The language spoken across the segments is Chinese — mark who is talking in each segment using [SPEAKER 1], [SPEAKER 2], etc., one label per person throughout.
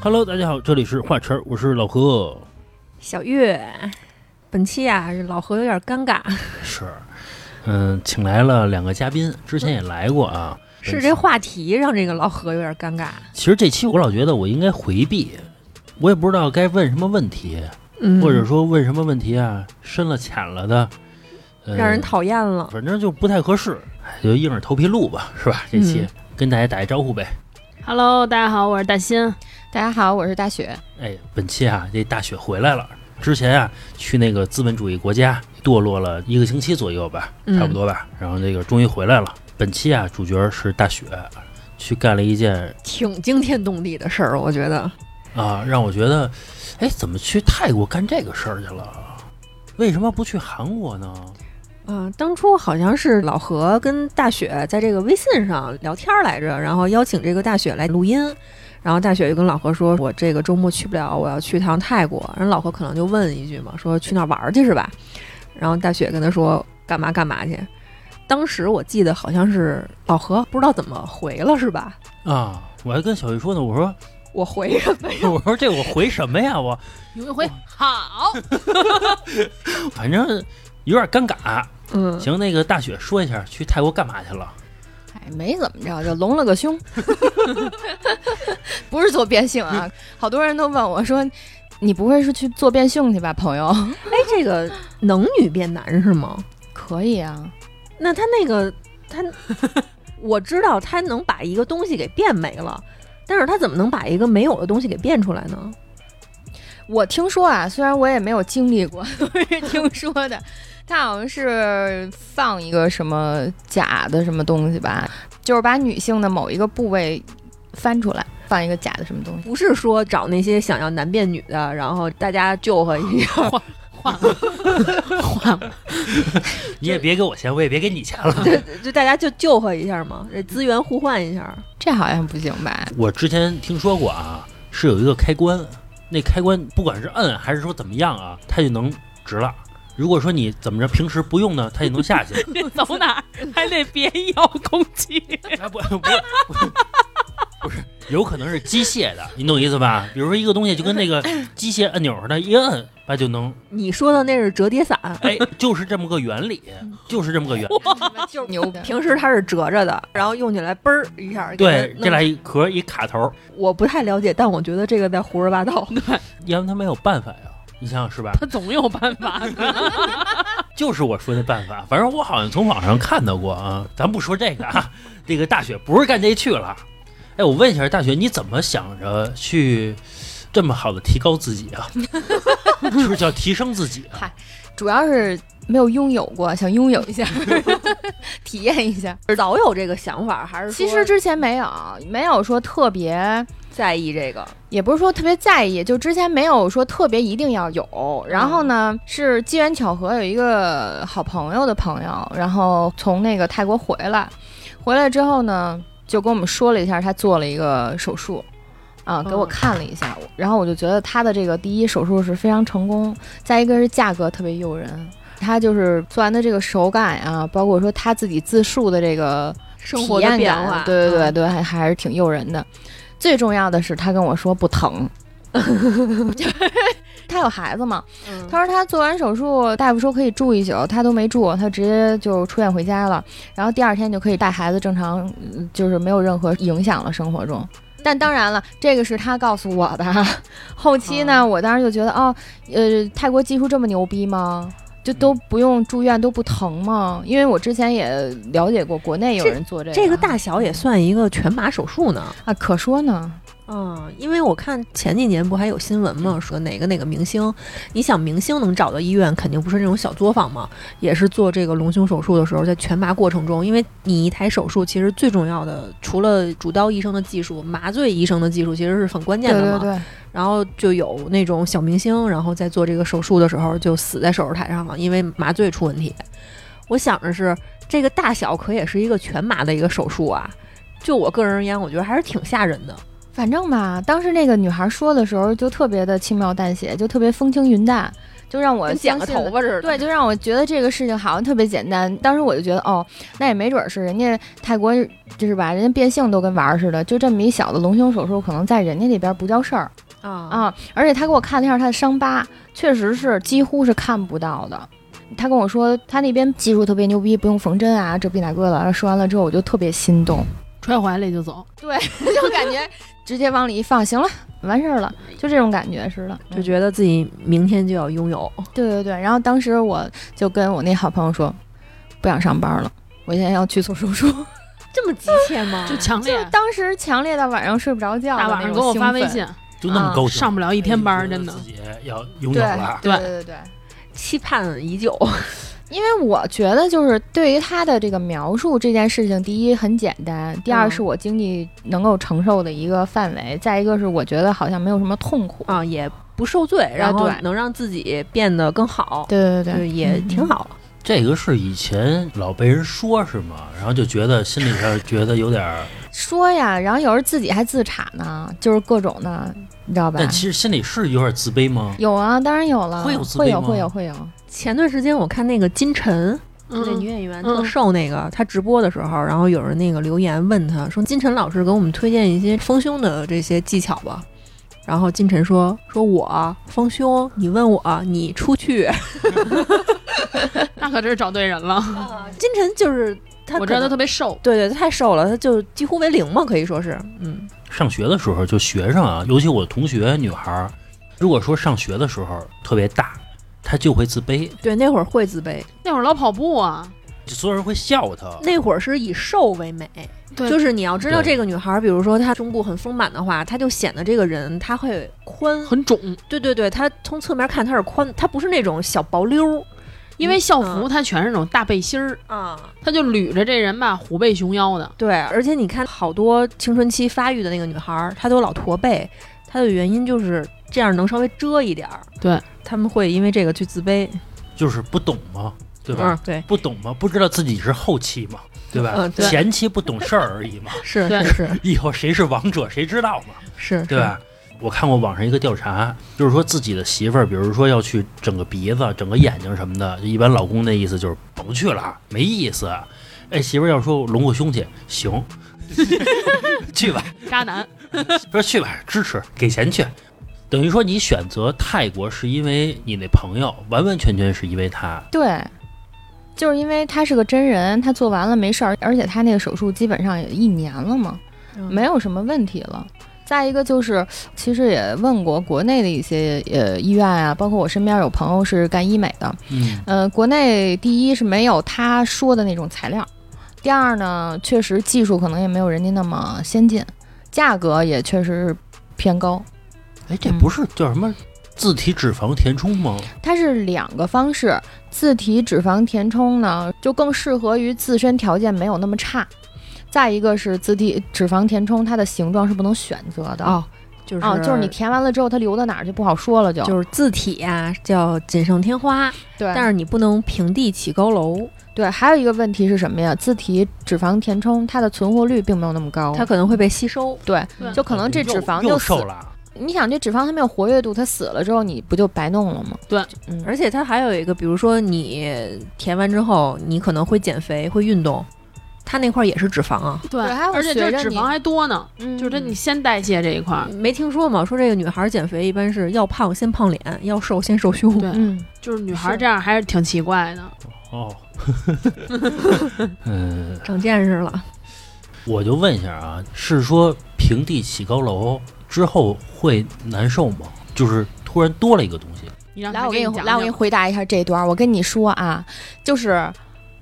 [SPEAKER 1] Hello，大家好，这里是画圈儿，我是老何。
[SPEAKER 2] 小月，本期啊，老何有点尴尬，
[SPEAKER 1] 是，嗯，请来了两个嘉宾，之前也来过啊。
[SPEAKER 2] 是这话题让这个老何有点尴尬。
[SPEAKER 1] 其实这期我老觉得我应该回避，我也不知道该问什么问题，
[SPEAKER 2] 嗯，
[SPEAKER 1] 或者说问什么问题啊，深了浅了的，呃、
[SPEAKER 2] 让人讨厌了。
[SPEAKER 1] 反正就不太合适，哎就硬着头皮录吧，是吧？这期、
[SPEAKER 2] 嗯
[SPEAKER 1] 跟大家打一招呼呗。
[SPEAKER 3] Hello，大家好，我是大新。
[SPEAKER 4] 大家好，我是大雪。
[SPEAKER 1] 哎，本期啊，这大雪回来了。之前啊，去那个资本主义国家堕落了一个星期左右吧，
[SPEAKER 2] 嗯
[SPEAKER 1] 差不多吧。然后这个终于回来了。本期啊，主角是大雪，去干了一件
[SPEAKER 2] 嗯挺惊天动地的事儿，我觉得。
[SPEAKER 1] 啊，让我觉得，哎，怎么去泰国干这个事儿去了？为什么不去韩国呢？
[SPEAKER 2] 嗯、当初好像是老何跟大雪在这个微信上聊天来着，然后邀请这个大雪来录音，然后大雪就跟老何说：“我这个周末去不了，我要去趟泰国。”然后老何可能就问一句嘛，说：“去那儿玩儿去是吧？”然后大雪跟他说：“干嘛干嘛去。”当时我记得好像是老何不知道怎么回了是吧？
[SPEAKER 1] 啊，我还跟小玉说呢，我说，
[SPEAKER 2] 我回什么呀？
[SPEAKER 1] 我说这我回什么呀？我
[SPEAKER 3] 有一回
[SPEAKER 4] 哦
[SPEAKER 3] 好，
[SPEAKER 1] 反正有点尴尬。
[SPEAKER 2] 嗯，
[SPEAKER 1] 行，那个大雪说一下，去泰国干嘛去了？
[SPEAKER 4] 哎，没怎么着，就隆了个胸， 不是做变性啊。好多人都问我说：“你不会是去做变性去吧，朋友
[SPEAKER 2] 哎，这个能女变男是吗？？”
[SPEAKER 4] 可以啊，
[SPEAKER 2] 那他那个 他，我知道他能把一个东西给变没了，但是他怎么能把一个没有的东西给变出来呢？
[SPEAKER 4] 我听说啊，虽然我也没有经历过， 都是听说的。他好像是放一个什么假的什么东西吧，就是把女性的某一个部位翻出来，放一个假的什么东西。
[SPEAKER 2] 不是说找那些想要男变女的，然后大家救和一下，
[SPEAKER 3] 换了换了，
[SPEAKER 1] 你也别给我钱，我也别给你钱了。
[SPEAKER 2] 对，就大家就救和一下嘛，这资源互换一下。
[SPEAKER 4] 这好像不行吧？
[SPEAKER 1] 我之前听说过啊，是有一个开关，那开关不管是摁还是说怎么样啊，它就能直了。如果说你怎么着平时不用呢，它就能下 去。
[SPEAKER 3] 这走哪儿还得别遥控器。
[SPEAKER 1] 啊不不不是，有可能是机械的，你懂意思吧？比如说一个东西就跟那 个机械按钮似的，一摁它就能，
[SPEAKER 2] 你说的那是折叠伞，
[SPEAKER 1] 哎，就是这么个原理，就是这么个 原理。
[SPEAKER 4] 就是牛逼！
[SPEAKER 2] 平时它是折着的，然后用起来嘣儿一下。
[SPEAKER 1] 对，这俩一壳一卡头，
[SPEAKER 2] 我不太了解，但我觉得这个在胡说八 道。
[SPEAKER 1] 要不然它没有办法呀。你想想是吧？
[SPEAKER 3] 他总有办法的。
[SPEAKER 1] 就是我说那办法，反正我好像从网上看到过啊。咱不说这个啊， 这个大雪不是干这去了。哎，我问一下大雪，你怎么想着去这么好的提高自己 啊？就是叫提升自己啊？
[SPEAKER 4] 主要是没有拥有过，想拥有一下， 体验一下。
[SPEAKER 2] 早有这个想法，还是说
[SPEAKER 4] 其实之前没有，没有说特别，
[SPEAKER 2] 在意这个？
[SPEAKER 4] 也不是说特别在意，就之前没有说特别一定要有。然后呢，是机缘巧合，有一个好朋友的朋友，然后从那个泰国回来，回来之后呢，就跟我们说了一下，他做了一个手术。啊，给我
[SPEAKER 2] 嗯
[SPEAKER 4] 看了一下，然后我就觉得他的这个第一手术是非常成功，再一个是价格特别诱人，他就是做完的这个手感啊，包括说他自己自述的这个
[SPEAKER 2] 生活
[SPEAKER 4] 体
[SPEAKER 2] 的
[SPEAKER 4] 验
[SPEAKER 2] 变
[SPEAKER 4] 感
[SPEAKER 2] 化，
[SPEAKER 4] 对对对
[SPEAKER 2] 嗯
[SPEAKER 4] 对，还还是挺诱人的。最重要的是，他跟我说不 疼。 他有孩子嘛？
[SPEAKER 2] 嗯
[SPEAKER 4] 他说他做完手术，大夫说可以住一宿，他都没住，他直接就出院回家了。然后第二天就可以带孩子正常，嗯就是没有任何影响了生活中。但当然了，这个是他告诉我的。 后期
[SPEAKER 2] 嗯
[SPEAKER 4] 呢，我当时就觉得，哦，呃，泰国技术这么牛逼吗？就都不用住院，都不疼吗？因为我之前也了解过，国内有
[SPEAKER 2] 这
[SPEAKER 4] 人做这个，
[SPEAKER 2] 这个大小也算一个全麻手术呢。
[SPEAKER 4] 啊，可说呢。
[SPEAKER 2] 嗯，因为我看前几年不还有新闻嘛，说哪个哪个明星，你想明星能找到医院，肯定不是那种小作坊嘛，也是做这个隆胸手术的时候，在全麻过程中，因为你一台手术其实最重要的，除了主刀医生的技术，麻醉医生的技术其实是很关键
[SPEAKER 4] 对
[SPEAKER 2] 的嘛。
[SPEAKER 4] 对对，
[SPEAKER 2] 然后就有那种小明星，然后在做这个手术的时候就死在手术台上了，因为麻醉出问题。我想着是这个大小可也是一个全麻的一个手术啊，就我个人而言，我觉得还是挺吓人的。
[SPEAKER 4] 反正吧，当时那个女孩说的时候，就特别的轻描淡写，就特别风轻云淡，就让我
[SPEAKER 2] 跟剪
[SPEAKER 4] 相
[SPEAKER 2] 个
[SPEAKER 4] 信
[SPEAKER 2] 头
[SPEAKER 4] 了。
[SPEAKER 2] 发似的。
[SPEAKER 4] 对，就让我觉得这个事情好像特别简单。当时我就觉得，哦，那也没准儿是人家泰国就是吧，人家变性都跟玩儿似的，就这么一小的隆胸手术，可能在人家那边不叫事儿
[SPEAKER 2] 啊
[SPEAKER 4] 啊。而且他给我看了一下他的伤疤，确实是几乎是看不到的。他跟我说他那边技术特别牛逼，不用缝针啊，这逼那个的。然后说完了之后，我就特别心动。
[SPEAKER 3] 揣怀里就走，
[SPEAKER 4] 对，就感觉直接往里一放，行了，完事儿了，就这种感觉似的，嗯
[SPEAKER 2] 就觉得自己明天就要拥有。
[SPEAKER 4] 对对对。然后当时我就跟我那好朋友说，不想上班了，我现在要去做手术。
[SPEAKER 2] 这么急切 吗
[SPEAKER 3] 就 强
[SPEAKER 4] 就
[SPEAKER 3] 烈
[SPEAKER 4] 是当时强烈到晚上睡不着觉，
[SPEAKER 3] 大晚上给我发微，信，
[SPEAKER 1] 就那么高兴，
[SPEAKER 3] 啊上不了一天班儿，
[SPEAKER 1] 哎
[SPEAKER 3] 真的
[SPEAKER 1] 自。己要拥有
[SPEAKER 4] 对
[SPEAKER 1] 了。
[SPEAKER 4] 对
[SPEAKER 3] 对
[SPEAKER 4] 对对。
[SPEAKER 2] 期盼已久。
[SPEAKER 4] 因为我觉得，就是对于他的这个描述这件事情，第一很简单，第二
[SPEAKER 2] 嗯
[SPEAKER 4] 是我经济能够承受的一个范围，再一个是我觉得好像没有什么痛苦。
[SPEAKER 2] 啊，也不受罪，然后
[SPEAKER 4] 哎对
[SPEAKER 2] 能让自己变得更好，
[SPEAKER 4] 对对
[SPEAKER 2] 就
[SPEAKER 4] 对，
[SPEAKER 2] 也
[SPEAKER 4] 嗯
[SPEAKER 2] 挺。好。
[SPEAKER 1] 这个是以前老被人说是吗？然后就觉得心里边觉得有点儿，
[SPEAKER 4] 说呀，然后有时候自己还自查呢，就是各种的，你知道吧
[SPEAKER 1] 但？其实心里是有点自卑吗？
[SPEAKER 4] 有啊，当然有了，
[SPEAKER 1] 会
[SPEAKER 4] 会
[SPEAKER 1] 有自
[SPEAKER 4] 会
[SPEAKER 1] 卑
[SPEAKER 4] 有
[SPEAKER 1] 吗
[SPEAKER 4] 会有会有，
[SPEAKER 2] 前段时间我看那个金晨，就
[SPEAKER 3] 嗯
[SPEAKER 2] 这女演员
[SPEAKER 3] 嗯
[SPEAKER 2] 特瘦那个，她直播的时候，然后有人那个留言问她说：“金晨老师给我们推荐一些丰胸的这些技巧吧。”然后金晨说：“说我丰胸，你问我，你出去。
[SPEAKER 3] 那可真是找对人了。”
[SPEAKER 2] 金晨就是她，
[SPEAKER 3] 我知道她
[SPEAKER 2] 她
[SPEAKER 3] 特别瘦，
[SPEAKER 2] 对对，她太瘦了，她就几乎为零嘛，可以说是，嗯，
[SPEAKER 1] 上学的时候就学生啊，尤其我同学女孩儿，如果说上学的时候特别大，她就会自卑，
[SPEAKER 2] 对，那会儿会自卑，
[SPEAKER 3] 那会儿老跑步啊，
[SPEAKER 1] 就所有人会笑她。
[SPEAKER 2] 那会儿是以瘦为美，
[SPEAKER 3] 对
[SPEAKER 2] 就是你要知道
[SPEAKER 1] 对
[SPEAKER 2] 这个女孩儿，比如说她胸部很丰满的话，她就显得这个人她会宽，
[SPEAKER 3] 很肿，
[SPEAKER 2] 对对对，她从侧面看她是宽，她不是那种小薄溜儿
[SPEAKER 3] 因为校服它全是那种大背心儿，
[SPEAKER 2] 啊。
[SPEAKER 3] 它就捋着这人吧，虎背熊 腰的。
[SPEAKER 2] 对，而且你看好多青春期发育的那个女孩儿，她都老驼背，她的原因就是这样能稍微遮一点儿。
[SPEAKER 3] 对，
[SPEAKER 2] 他们会因为这个去自卑，
[SPEAKER 1] 就是不懂嘛，对吧？
[SPEAKER 2] 嗯，对，
[SPEAKER 1] 不懂嘛，不知道自己是后期嘛，对吧？
[SPEAKER 2] 嗯对
[SPEAKER 1] 前期不懂事儿而已嘛，
[SPEAKER 2] 是
[SPEAKER 3] 对
[SPEAKER 2] 是是
[SPEAKER 1] 以后谁是王者谁知道嘛，
[SPEAKER 2] 是，
[SPEAKER 1] 对吧？我看过网上一个调查，就是说自己的媳妇儿，比如说要去整个鼻子、整个眼睛什么的，一般老公那意思就是甭去了，没意思。哎，媳妇儿要说隆个胸去， 行， 去吧，
[SPEAKER 3] 渣男，
[SPEAKER 1] 说去吧，支持，给钱去。等于说你选择泰国是因为你那朋友，完完全全是因为他。
[SPEAKER 4] 对，就是因为他是个真人，他做完了没事儿，而且他那个手术基本上也一年了嘛，
[SPEAKER 2] 嗯
[SPEAKER 4] 没有什么问题了。再一个就是，其实也问过国内的一些呃医院啊，包括我身边有朋友是干医美的，
[SPEAKER 1] 嗯，
[SPEAKER 4] 呃，国内第一是没有他说的那种材料，第二呢，确实技术可能也没有人家那么先进，价格也确实是偏高。
[SPEAKER 1] 哎，这不是叫什么自体脂肪填充吗？
[SPEAKER 4] 它是两个方式，自体脂肪填充呢就更适合于自身条件没有那么差，再一个是自体脂肪填充它的形状是不能选择的。
[SPEAKER 2] 哦，就是
[SPEAKER 4] 啊，就是你填完了之后，它留到哪儿就不好说了就，
[SPEAKER 2] 就是字体啊，叫锦上添花，
[SPEAKER 4] 对。哦
[SPEAKER 2] 但是你不能平地起高楼，
[SPEAKER 4] 对，还有一个问题是什么呀？自体脂肪填充它的存活率并没有那么高，啊
[SPEAKER 2] 它可能会被吸收。
[SPEAKER 4] 对，
[SPEAKER 3] 对
[SPEAKER 4] 就可能这
[SPEAKER 1] 又
[SPEAKER 4] 脂肪
[SPEAKER 1] 又
[SPEAKER 4] 就死
[SPEAKER 1] 瘦了。
[SPEAKER 4] 你想这脂肪它没有活跃度，它死了之后你不就白弄了吗？
[SPEAKER 3] 对，
[SPEAKER 4] 嗯，
[SPEAKER 2] 而且它还有一个，比如说你填完之后，你可能会减肥、会运动，它那块儿也是脂肪啊。
[SPEAKER 3] 对，
[SPEAKER 4] 对还有
[SPEAKER 3] 而且
[SPEAKER 4] 随
[SPEAKER 3] 这
[SPEAKER 4] 着
[SPEAKER 3] 脂
[SPEAKER 4] 你
[SPEAKER 3] 肪还多呢，
[SPEAKER 4] 嗯
[SPEAKER 3] 就是它你先代谢这一块儿，
[SPEAKER 2] 没听说吗？说这个女孩减肥一般是要胖先胖脸，要瘦先瘦胸。
[SPEAKER 3] 对
[SPEAKER 4] 嗯，
[SPEAKER 3] 就是女孩
[SPEAKER 4] 是
[SPEAKER 3] 儿这样还是挺奇怪的。
[SPEAKER 1] 哦， 嗯，
[SPEAKER 2] 长见识了，
[SPEAKER 1] 我就问一下啊，是说平地起高楼之后会难受吗？就是突然多了一个东西，
[SPEAKER 3] 你让
[SPEAKER 4] 来
[SPEAKER 3] 他
[SPEAKER 4] 我给
[SPEAKER 3] 给
[SPEAKER 4] 你
[SPEAKER 3] 讲
[SPEAKER 4] 来我
[SPEAKER 3] 讲
[SPEAKER 4] 给你回答一下这一段儿，我跟你说啊，就是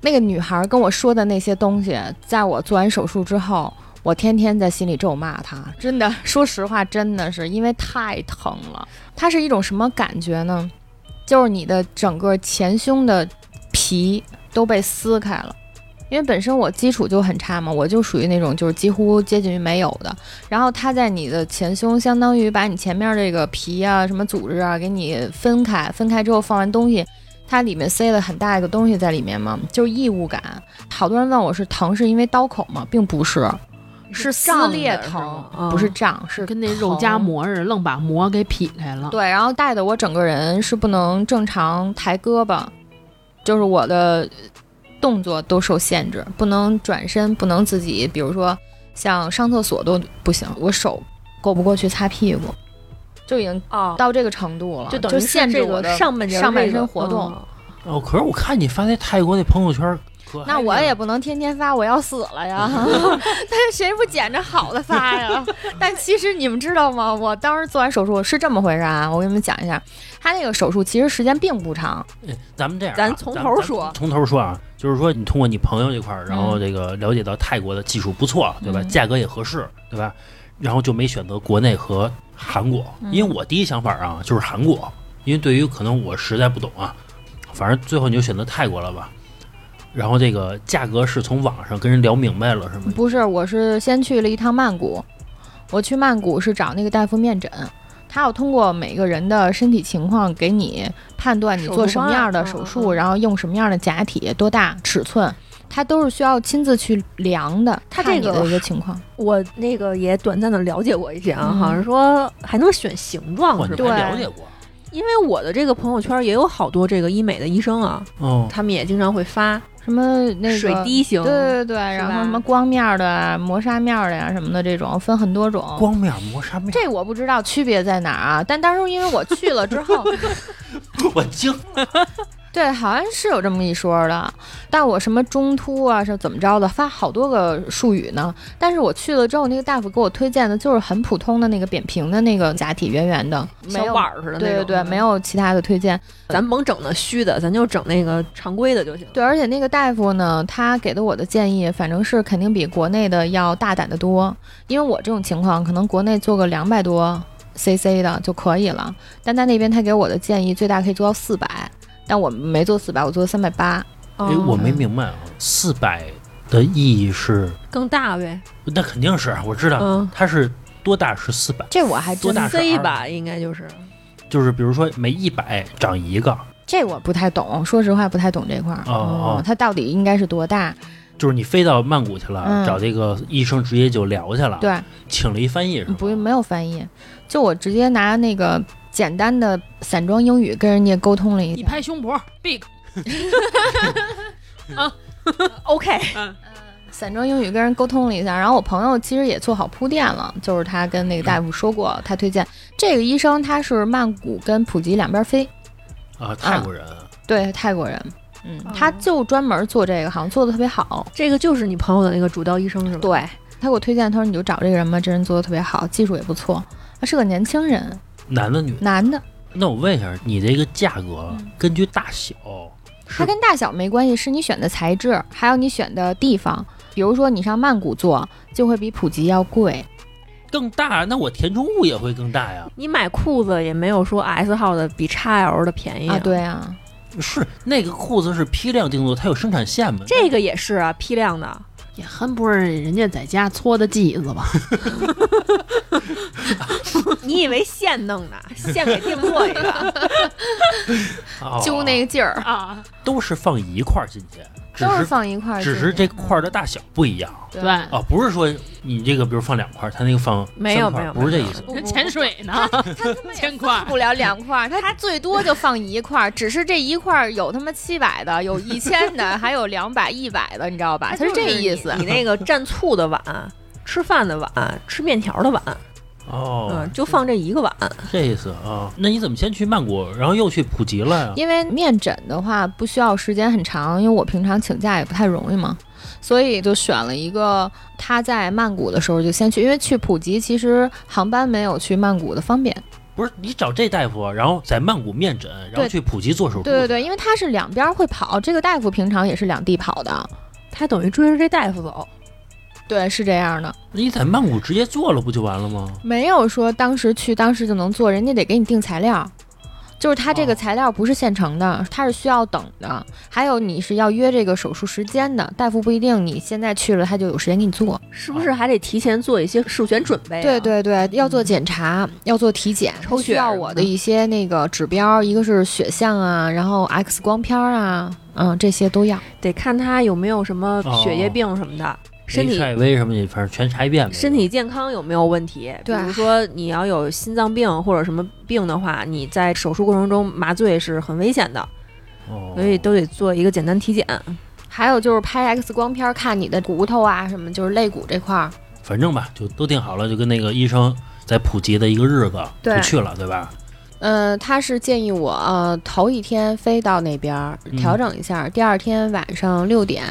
[SPEAKER 4] 那个女孩跟我说的那些东西，在我做完手术之后。我天天在心里咒骂她，真的， 说实话，真的是因为太疼了。它是一种什么感觉呢？就是你的整个前胸的皮都被撕开了，因为本身我基础就很差嘛，我就属于那种就是几乎接近于没有的。然后它在你的前胸，相当于把你前面这个皮啊、什么组织啊给你分开，分开之后放完东西，它里面塞了很大一个东西在里面嘛，就是异物感。好多人问我是疼是因为刀口吗？并不是，是撕
[SPEAKER 2] 胀
[SPEAKER 4] 裂
[SPEAKER 2] 的是
[SPEAKER 4] 疼
[SPEAKER 2] 吗，
[SPEAKER 4] 不是
[SPEAKER 2] 嗯
[SPEAKER 4] 胀，是
[SPEAKER 3] 跟那肉夹
[SPEAKER 4] 疼
[SPEAKER 3] 馍似的，愣把馍给劈开了。
[SPEAKER 4] 对，然后带的我整个人是不能正常抬胳膊，就是我的动作都受限制，不能转身，不能自己，比如说像上厕所都不行，我手够不过去擦屁股，就已经
[SPEAKER 2] 哦，
[SPEAKER 4] 到这个程度了，
[SPEAKER 2] 就
[SPEAKER 4] 就
[SPEAKER 2] 等于
[SPEAKER 4] 限
[SPEAKER 2] 是
[SPEAKER 4] 制
[SPEAKER 2] 这
[SPEAKER 4] 我
[SPEAKER 2] 个
[SPEAKER 4] 的
[SPEAKER 2] 上半截儿
[SPEAKER 4] 上半
[SPEAKER 2] 这个
[SPEAKER 4] 身活动。
[SPEAKER 2] 嗯
[SPEAKER 1] 哦，可是我看你发那泰国那朋友圈，可
[SPEAKER 4] 那
[SPEAKER 1] 嗨
[SPEAKER 4] 我
[SPEAKER 1] 了
[SPEAKER 4] 也不能天天发，我要死了呀！ 但是谁不捡着好的发呀？ 但其实你们知道吗？我当时做完手术是这么回事啊，我给你们讲一下，他那个手术其实时间并不长，
[SPEAKER 1] 哎咱们这样啊，
[SPEAKER 2] 咱从头
[SPEAKER 1] 咱
[SPEAKER 2] 说
[SPEAKER 1] 咱从头说啊，就是说你通过你朋友这块儿，然后
[SPEAKER 4] 嗯
[SPEAKER 1] 这个了解到泰国的技术不错，对吧？
[SPEAKER 4] 嗯
[SPEAKER 1] 价格也合适，对吧？然后就没选择国内和韩国，
[SPEAKER 4] 嗯
[SPEAKER 1] 因为我第一想法啊就是韩国，因为对于可能我实在不懂啊，反正最后你就选择泰国了吧。然后这个价格是从网上跟人聊明白了，是吗？
[SPEAKER 4] 不是，我是先去了一趟曼谷，我去曼谷是找那个大夫面诊，他要通过每个人的身体情况给你判断你
[SPEAKER 2] 手
[SPEAKER 4] 做
[SPEAKER 2] 术
[SPEAKER 4] 什么
[SPEAKER 2] 方
[SPEAKER 4] 样
[SPEAKER 2] 案
[SPEAKER 4] 的
[SPEAKER 2] 嗯
[SPEAKER 4] 手
[SPEAKER 2] 嗯
[SPEAKER 4] 术，
[SPEAKER 2] 嗯
[SPEAKER 4] 然后用什么样的假体，多大尺寸，他都是需要亲自去量的，
[SPEAKER 2] 他
[SPEAKER 4] 看
[SPEAKER 2] 这
[SPEAKER 4] 你
[SPEAKER 2] 个
[SPEAKER 4] 的一个情况。
[SPEAKER 2] 我那个也短暂的了解过一些啊，
[SPEAKER 4] 嗯
[SPEAKER 2] 好像说还能选形状
[SPEAKER 1] 哇，
[SPEAKER 2] 是
[SPEAKER 1] 你
[SPEAKER 2] 吧？
[SPEAKER 1] 还
[SPEAKER 4] 对
[SPEAKER 1] 了解过？
[SPEAKER 2] 因为我的这个朋友圈也有好多这个医美的医生啊，
[SPEAKER 1] 哦，
[SPEAKER 2] 他们也经常会发
[SPEAKER 4] 什么那个
[SPEAKER 2] 水滴型，
[SPEAKER 4] 对对对，然
[SPEAKER 2] 吧
[SPEAKER 4] 后什么光面儿的啊、磨砂面儿的呀、什么的，这种分很多种。
[SPEAKER 1] 光面磨砂面，
[SPEAKER 4] 这我不知道区别在哪儿啊，但当时因为我去了 之后，
[SPEAKER 1] 我惊
[SPEAKER 4] 对，好像是有这么一说的。但我什么中突啊，是怎么着的，发好多个术语呢。但是我去了之后，那个大夫给我推荐的就是很普通的那个扁平的那个假体，圆圆的，没
[SPEAKER 2] 小
[SPEAKER 4] 有
[SPEAKER 2] 碗。儿
[SPEAKER 3] 哎
[SPEAKER 2] 似的那种。
[SPEAKER 4] 对对对，没，有其他的推荐。
[SPEAKER 2] 咱甭整那虚的，咱就整那个常规的就行。
[SPEAKER 4] 对，而且那个大夫呢，他给的我的建议，反正是肯定比国内的要大胆得多。因为我这种情况，可能国内做个两百多 cc 的就可以了，但在那边他给我的建议最大可以做到四百，但我没做四百，我做三百八。
[SPEAKER 1] 哎，我没
[SPEAKER 4] 嗯
[SPEAKER 1] 明白啊，四百的意义是？
[SPEAKER 2] 更大呗，
[SPEAKER 1] 那肯定是，啊我知道，
[SPEAKER 2] 嗯
[SPEAKER 1] 它是多大是四百，
[SPEAKER 4] 这我还
[SPEAKER 1] 多
[SPEAKER 4] 真
[SPEAKER 1] 大是
[SPEAKER 2] C
[SPEAKER 1] 二
[SPEAKER 2] 吧，应该就是
[SPEAKER 1] 就是比如说每一百长一个，
[SPEAKER 4] 这我不太懂，说实话不太懂这块儿。
[SPEAKER 1] 哦哦
[SPEAKER 4] 嗯，它到底应该是多大？
[SPEAKER 1] 就是你飞到曼谷去了，
[SPEAKER 4] 嗯
[SPEAKER 1] 找这个医生直接就聊去了，
[SPEAKER 4] 对，
[SPEAKER 1] 请了一翻译是吧？
[SPEAKER 4] 不没有翻译，就我直接拿那个简单的散装英语跟人家沟通了一
[SPEAKER 3] 一
[SPEAKER 4] 下。
[SPEAKER 3] 拍胸脯，big，
[SPEAKER 2] OK，
[SPEAKER 4] 散装英语跟人沟通了一下，然后我朋友其实也做好铺垫了，就是他跟那个大夫说过，他推荐这个医生，他是曼谷跟普吉两边飞，
[SPEAKER 1] 啊，泰国人，
[SPEAKER 4] 对泰国人，嗯
[SPEAKER 2] 哦，
[SPEAKER 4] 他就专门做这个，好像做的特别好。
[SPEAKER 2] 这个就是你朋友的那个主刀医生是吧？
[SPEAKER 4] 对他给我推荐，他说你就找这个人吧，这人做的特别好，技术也不错，他是个年轻人，
[SPEAKER 1] 男的女的？
[SPEAKER 4] 男的，
[SPEAKER 1] 那我问一下，你这个价格根据大小是
[SPEAKER 4] 嗯它跟大小没关系，是你选的材质，还有你选的地方。比如说你上曼谷做，就会比普吉要贵。
[SPEAKER 1] 更大，那我填充物也会更大呀？
[SPEAKER 2] 你买裤子也没有说 S 号的比 XL 的
[SPEAKER 1] 哎
[SPEAKER 2] 便宜
[SPEAKER 4] 啊，对啊，
[SPEAKER 1] 哦是那个裤子是批量定做，它有生产线吗？
[SPEAKER 2] 这个也是啊，批量的。
[SPEAKER 3] 也恨不得人家在家搓的剂子吧。
[SPEAKER 2] 你以为现弄的，现给定做一 个，
[SPEAKER 1] 哦
[SPEAKER 4] 揪那个劲儿，
[SPEAKER 3] 啊，
[SPEAKER 1] 都是放一块儿进去，只
[SPEAKER 4] 都是
[SPEAKER 1] 是
[SPEAKER 4] 放一块儿进
[SPEAKER 1] 只
[SPEAKER 4] 去，
[SPEAKER 1] 是这块儿的大小不一样。
[SPEAKER 4] 对
[SPEAKER 3] 对，
[SPEAKER 1] 啊，不是说你这个，比如放两块儿，他那个放
[SPEAKER 2] 没有
[SPEAKER 1] 三块儿
[SPEAKER 2] 没
[SPEAKER 1] 不
[SPEAKER 2] 有
[SPEAKER 1] 是这意思。
[SPEAKER 2] 不
[SPEAKER 3] 跟潜水呢，千块。
[SPEAKER 4] 不了两块儿，它它最多就放一块儿，只是这一块儿有他妈七百的，有一千 的，还有两百、一百的，你知道吧？它是这意思。
[SPEAKER 2] 你那个蘸醋的碗。吃饭的碗，吃面条的碗，
[SPEAKER 1] 哦
[SPEAKER 2] 嗯，，就放这一个碗。
[SPEAKER 1] 这意思啊。那你怎么先去曼谷，然后又去普吉了呀？
[SPEAKER 4] 因为面诊的话不需要时间很长，因为我平常请假也不太容易嘛，所以就选了一个他在曼谷的时候就先去，因为去普吉其实航班没有去曼谷的方便。
[SPEAKER 1] 不是你找这大夫，然后在曼谷面诊，然后
[SPEAKER 4] 对
[SPEAKER 1] 去普吉做手术。
[SPEAKER 4] 对对对，因为他是两边儿会跑，这个大夫平常也是两地跑的，
[SPEAKER 2] 他等于追着这大夫走，
[SPEAKER 4] 对，是这样的，
[SPEAKER 1] 那你在曼谷直接做了不就完了吗？
[SPEAKER 4] 没有说当时去当时就能做，人家得给你定材料。就是他这
[SPEAKER 1] 哦
[SPEAKER 4] 个材料不是现成的，他是需要等的。还有你是要约这个手术时间的，大夫不一定你现在去了他就有时间给你做。
[SPEAKER 2] 是不是还得提前做一些术前准备、啊？
[SPEAKER 4] 对，对对，要做检查，要做体检，
[SPEAKER 2] 嗯抽
[SPEAKER 4] 它需
[SPEAKER 2] 血
[SPEAKER 4] 要
[SPEAKER 2] 什么
[SPEAKER 4] 我
[SPEAKER 2] 的
[SPEAKER 4] 的一些那个指标，一个是血项啊，然后 X 光片儿啊，嗯，这些都要。
[SPEAKER 2] 得看他有没有什么血液病什么的，身体
[SPEAKER 1] HIV 什么的，反正全查一遍呗。
[SPEAKER 2] 身体健康有没有问题？
[SPEAKER 4] 对
[SPEAKER 2] 比如说你要有心脏病或者什么病的话，你在手术过程中麻醉是很危险的，
[SPEAKER 1] 哦，
[SPEAKER 2] 所以都得做一个简单体检。
[SPEAKER 4] 还有就是拍 X 光片儿看你的骨头啊什么，就是肋骨这块儿。
[SPEAKER 1] 反正吧，就都定好了，就跟那个医生在普及的一个日子
[SPEAKER 4] 对
[SPEAKER 1] 就去了，对吧？
[SPEAKER 4] 呃，他是建议我呃头一天飞到那边儿
[SPEAKER 1] 嗯
[SPEAKER 4] 调整一下，第二天晚上六点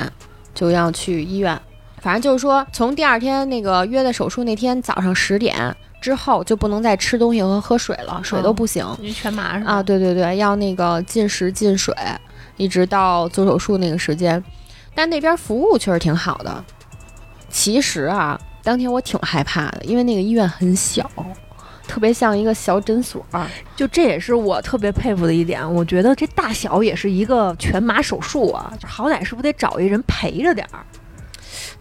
[SPEAKER 4] 就要去医院。反正就是说，从第二天那个约的手术那天早上十点之后，就不能再吃东西和喝水了，水
[SPEAKER 2] 哦
[SPEAKER 4] 都不行。
[SPEAKER 3] 您全麻是吧？
[SPEAKER 4] 啊，，对对对，要那个进食进水，一直到做手术那个时间。但那边服务确实挺好的。其实啊，当天我挺害怕的，因为那个医院很小，特别像一个小诊所儿。
[SPEAKER 2] 就这也是我特别佩服的一点，我觉得这大小也是一个全麻手术啊，好歹是不是得找一人陪着点儿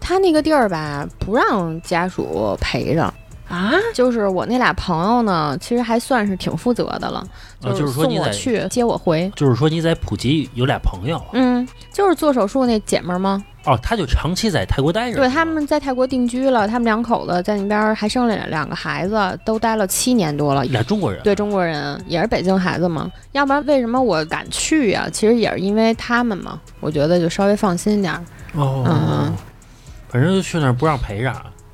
[SPEAKER 4] 他那个地儿吧，不让家属陪着。
[SPEAKER 2] 啊？
[SPEAKER 4] 就是我那俩朋友呢，其实还算是挺负责的了，
[SPEAKER 1] 啊，就是是说
[SPEAKER 4] 送
[SPEAKER 1] 你
[SPEAKER 4] 我
[SPEAKER 1] 在，
[SPEAKER 4] 去接我回。
[SPEAKER 1] 就是说你在普及有俩朋友，
[SPEAKER 4] 嗯，就是做手术那姐们儿吗？
[SPEAKER 1] 哦，他就长期在泰国待着，
[SPEAKER 4] 对，
[SPEAKER 1] 是吧
[SPEAKER 4] 他们在泰国定居了，他们两口子在那边儿还生了两两个孩子，都待了七年多了。
[SPEAKER 1] 俩中国人，
[SPEAKER 4] 对中国人也是北京孩子嘛，要不然为什么我敢去呀、其实也是因为他们嘛，我觉得就稍微放心点儿。
[SPEAKER 1] 哦，
[SPEAKER 4] 嗯
[SPEAKER 1] 反正就去那儿不让陪着，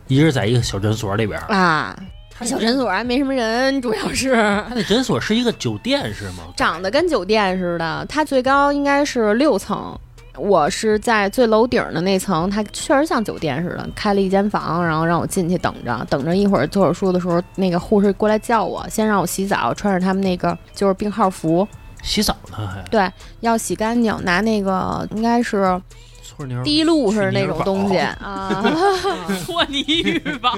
[SPEAKER 1] 一直在一个小诊所里边儿。
[SPEAKER 4] 啊，
[SPEAKER 1] 他
[SPEAKER 4] 小诊所还没什么人，主要是
[SPEAKER 1] 他那诊所是一个酒店是吗？
[SPEAKER 4] 长得跟酒店似的，它最高应该是六层。我是在最楼顶的那层，它确实像酒店似的，开了一间房，然后让我进去等着，等着一会儿做手术的时候，那个护士过来叫我，先让我洗澡，穿着他们那个就是病号服，
[SPEAKER 1] 洗澡呢还
[SPEAKER 4] 要洗干净，拿那个应该是
[SPEAKER 1] 搓泥儿
[SPEAKER 4] 滴露似的那种东西
[SPEAKER 1] 去
[SPEAKER 4] 啊，
[SPEAKER 3] 搓泥浴 吧，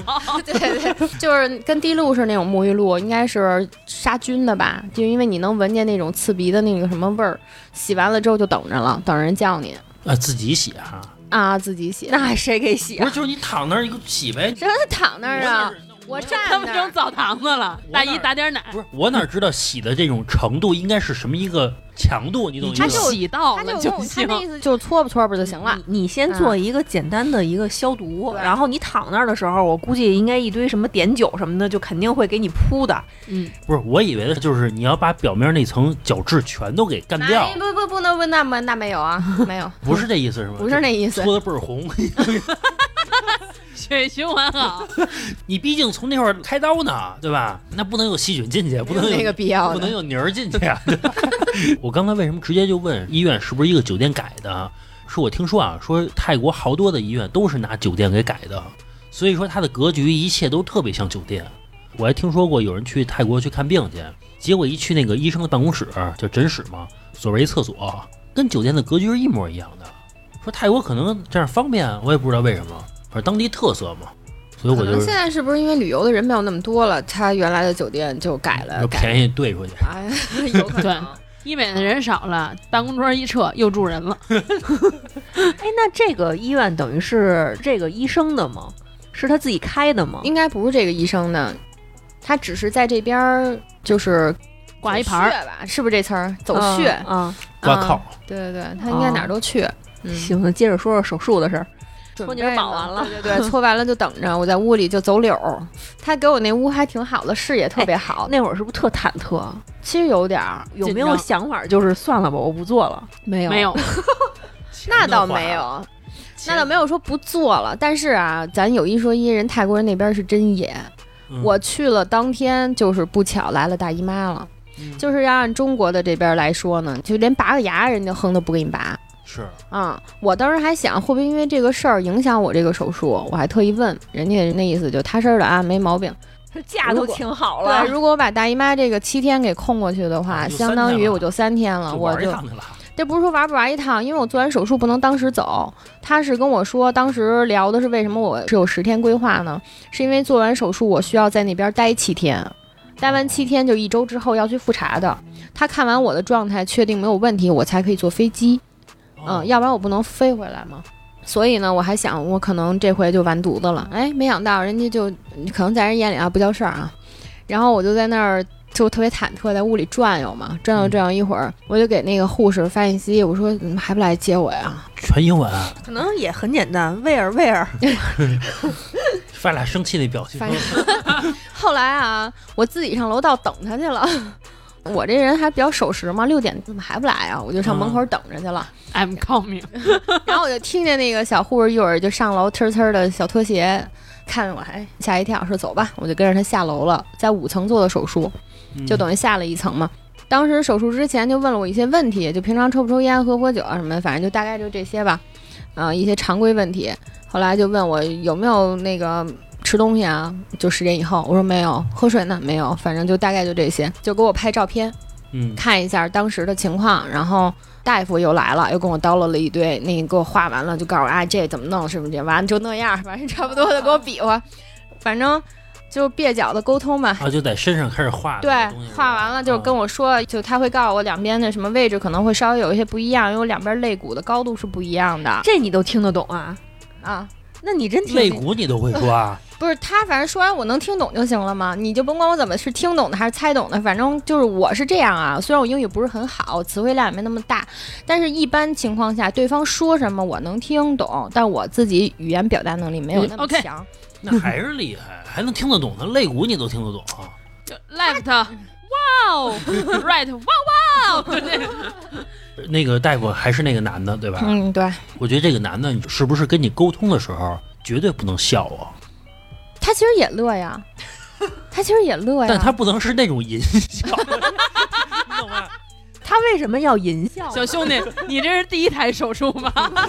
[SPEAKER 4] 对对，对就是跟滴露是那种沐浴露，应该是杀菌的吧？就因为你能闻见那种刺鼻的那个什么味儿，洗完了之后就等着了，等人叫你
[SPEAKER 1] 啊，自己洗啊，
[SPEAKER 4] 啊，自己洗。
[SPEAKER 2] 那谁给洗
[SPEAKER 1] 不
[SPEAKER 2] 啊
[SPEAKER 1] 是？就是你躺那儿一个洗呗。
[SPEAKER 4] 真的躺那儿啊？我
[SPEAKER 3] 他
[SPEAKER 4] 站
[SPEAKER 3] 们
[SPEAKER 4] 那
[SPEAKER 3] 成
[SPEAKER 4] 儿，
[SPEAKER 3] 澡堂子了
[SPEAKER 1] 我，哪
[SPEAKER 3] 大
[SPEAKER 1] 儿
[SPEAKER 3] 姨打点奶
[SPEAKER 1] 不，是我哪知道洗的这种程度应该是什么一个强度？你懂
[SPEAKER 3] 你
[SPEAKER 1] 意
[SPEAKER 3] 就
[SPEAKER 1] 思吗？
[SPEAKER 3] 洗到
[SPEAKER 4] 他
[SPEAKER 3] 了
[SPEAKER 4] 就嗯
[SPEAKER 3] 就
[SPEAKER 4] 他
[SPEAKER 3] 行。
[SPEAKER 4] 那意思就是搓吧搓吧就行了。
[SPEAKER 2] 你你先做一个简单的一个消毒，
[SPEAKER 4] 对
[SPEAKER 2] 然后你躺那儿的时候，我估计应该一堆什么碘酒什么的，就肯定会给你铺的。
[SPEAKER 3] 嗯，
[SPEAKER 1] 不是，我以为的就是你要把表面那层角质全都给干掉
[SPEAKER 4] 哎，不不不能问那么那没有 啊，没有，
[SPEAKER 1] 不是这意思是吗？
[SPEAKER 4] 不是那意思。
[SPEAKER 1] 搓的倍儿红。
[SPEAKER 3] 血液循环好，
[SPEAKER 1] 你毕竟从那块儿开刀呢，对吧？那不能有细菌进去，不能有
[SPEAKER 4] 哦那个必要
[SPEAKER 1] 不能
[SPEAKER 4] 的，
[SPEAKER 1] 有泥儿进去啊！ 我刚才为什么直接就问医院是不是一个酒店改的？是我听说啊，说泰国好多的医院都是拿酒店给改的，所以说它的格局一切都特别像酒店。我还听说过有人去泰国去看病去，结果一去那个医生的办公室，就诊室嘛，左边一厕所，跟酒店的格局是一模一样的。说泰国可能这样方便，啊我也不知道为什么，反正当地特色嘛。所以
[SPEAKER 4] 可
[SPEAKER 1] 我
[SPEAKER 4] 能
[SPEAKER 1] 就
[SPEAKER 4] 现在是不是因为旅游的人没有那么多了，他原来的酒店就改了
[SPEAKER 1] 就，
[SPEAKER 4] 改
[SPEAKER 1] 便宜兑出去。
[SPEAKER 4] 哎，有可
[SPEAKER 3] 对
[SPEAKER 4] 能。
[SPEAKER 3] 医美的人少了，办公桌一撤又住人了。
[SPEAKER 2] 哎，那这个医院等于是这个医生的吗？是他自己开的吗？
[SPEAKER 4] 应该不是这个医生的，他只是在这边儿就是
[SPEAKER 3] 挂一
[SPEAKER 4] 走
[SPEAKER 3] 牌儿
[SPEAKER 4] 穴吧，是不是这词儿？走穴，
[SPEAKER 2] 啊啊，
[SPEAKER 1] 挂
[SPEAKER 4] 啊
[SPEAKER 1] 靠
[SPEAKER 4] 对对对，他应该哪儿都去。哦嗯，
[SPEAKER 2] 行，那接着说说手术的事儿。
[SPEAKER 4] 准
[SPEAKER 2] 搓泥
[SPEAKER 4] 备
[SPEAKER 2] 儿绑完了
[SPEAKER 4] 对对对， 搓完了就等着，我在屋里就走柳儿。他给我那屋还挺好的，视野特别好。
[SPEAKER 2] 哎那会儿是不是特忐忑？啊
[SPEAKER 4] 其实有点儿，
[SPEAKER 2] 有
[SPEAKER 3] 紧
[SPEAKER 2] 没有
[SPEAKER 3] 张
[SPEAKER 2] 想法就是算了吧，我不做 了？
[SPEAKER 4] 没有
[SPEAKER 3] 没有，
[SPEAKER 4] 那倒没，
[SPEAKER 1] 啊
[SPEAKER 4] 有，那倒没有说不做了。但是啊，咱有一说一，人泰国人那边是真野。
[SPEAKER 1] 嗯
[SPEAKER 4] 我去了当天，就是不巧来了大姨妈了。
[SPEAKER 1] 嗯
[SPEAKER 4] 就是要按中国的这边来说呢，就连拔个牙人家哼都不给你拔。
[SPEAKER 1] 是
[SPEAKER 4] 啊、我当时还想会不会因为这个事儿影响我这个手术，我还特意问人家，那意思就踏实儿的啊，没毛病。
[SPEAKER 2] 假
[SPEAKER 4] 如
[SPEAKER 2] 都
[SPEAKER 4] 果
[SPEAKER 2] 请好了
[SPEAKER 4] 对，，如果我把大姨妈这个七天给空过去的话，
[SPEAKER 1] 啊就
[SPEAKER 4] 相当
[SPEAKER 1] 三
[SPEAKER 4] 于
[SPEAKER 1] 天了
[SPEAKER 4] 我就三天了，啊我
[SPEAKER 1] 玩一
[SPEAKER 4] 就
[SPEAKER 1] 趟去了。
[SPEAKER 4] 这不是说玩不玩一趟，因为我做完手术不能当时走。他是跟我说，当时聊的是为什么我是有十天规划呢？是因为做完手术我需要在那边待七天，待完七天就一周之后要去复查的。他看完我的状态，确定没有问题，我才可以坐飞机。
[SPEAKER 1] 哦
[SPEAKER 4] 嗯，要不然我不能飞回来嘛。所以呢，我还想我可能这回就完犊子了。哎，没想到人家就可能在人眼里啊不叫事儿啊。然后我就在那儿就特别忐忑，在屋里转悠嘛，转悠转悠一会儿，我就给那个护士发信息，我说怎么还不来接我呀？
[SPEAKER 1] 全英文啊，
[SPEAKER 2] 可能也很简单，威尔威尔，
[SPEAKER 1] 发俩生气那表情
[SPEAKER 4] 反。正后来啊，我自己上楼道等他去了。 我这人还比较守时嘛，六点怎么还不来啊？我就上门口等着去了。
[SPEAKER 3] ，I'm coming，
[SPEAKER 4] 然后我就听见那个小护士一会儿就上楼，呲呲的小拖鞋，看我还吓一跳，说走吧，我就跟着他下楼了，在五层做的手术，
[SPEAKER 1] 嗯
[SPEAKER 4] 就等于下了一层嘛。当时手术之前就问了我一些问题，就平常抽不抽烟、喝不喝酒啊什么的，反正就大概就这些吧，啊、一些常规问题。后来就问我有没有那个吃东西啊，就十点以后，我说没有，喝水呢没有，反正就大概就这些，就给我拍照片，
[SPEAKER 1] 嗯，
[SPEAKER 4] 看一下当时的情况，然后大夫又来了，又跟我叨唠了一堆，那个给我画完了，就告诉我啊这怎么弄，是不是这完了就那样，反正差不多的给我比划， 反正就蹩脚的沟通吧。
[SPEAKER 1] 啊，就在身上开始画。
[SPEAKER 4] 对，画完了就跟
[SPEAKER 1] 我。
[SPEAKER 4] 我说，就他会告诉我两边的什么位置可能会稍微有一些不一样，因为我两边肋骨的高度是不一样的
[SPEAKER 2] 这你都听得懂啊？
[SPEAKER 4] 啊。
[SPEAKER 2] 那你真听
[SPEAKER 1] 肋骨你都会啊抓，
[SPEAKER 4] 不是他，反正说完我能听懂就行了嘛，你就甭管我怎么是听懂的还是猜懂的，反正就是我是这样啊。虽然我英语不是很好，词汇量也没那么大，但是一般情况下对方说什么我能听懂，但我自己语言表达能力没有那么
[SPEAKER 3] OK
[SPEAKER 4] 强。
[SPEAKER 1] 那还是厉害，还能听得懂。那肋骨你都听得懂啊？
[SPEAKER 3] 就 left，哇哦，right，哇哇哦， 就这个
[SPEAKER 1] 那个大夫还是那个男的，对吧？
[SPEAKER 4] 嗯，对，
[SPEAKER 1] 我觉得这个男的，你是不是跟你沟通的时候绝对不能笑啊？
[SPEAKER 4] 他其实也乐呀，他其实也乐呀，
[SPEAKER 1] 但他不能是那种淫笑， 你懂吗？
[SPEAKER 2] 他为什么要淫 笑？
[SPEAKER 3] 小兄弟，你这是第一台手术吗？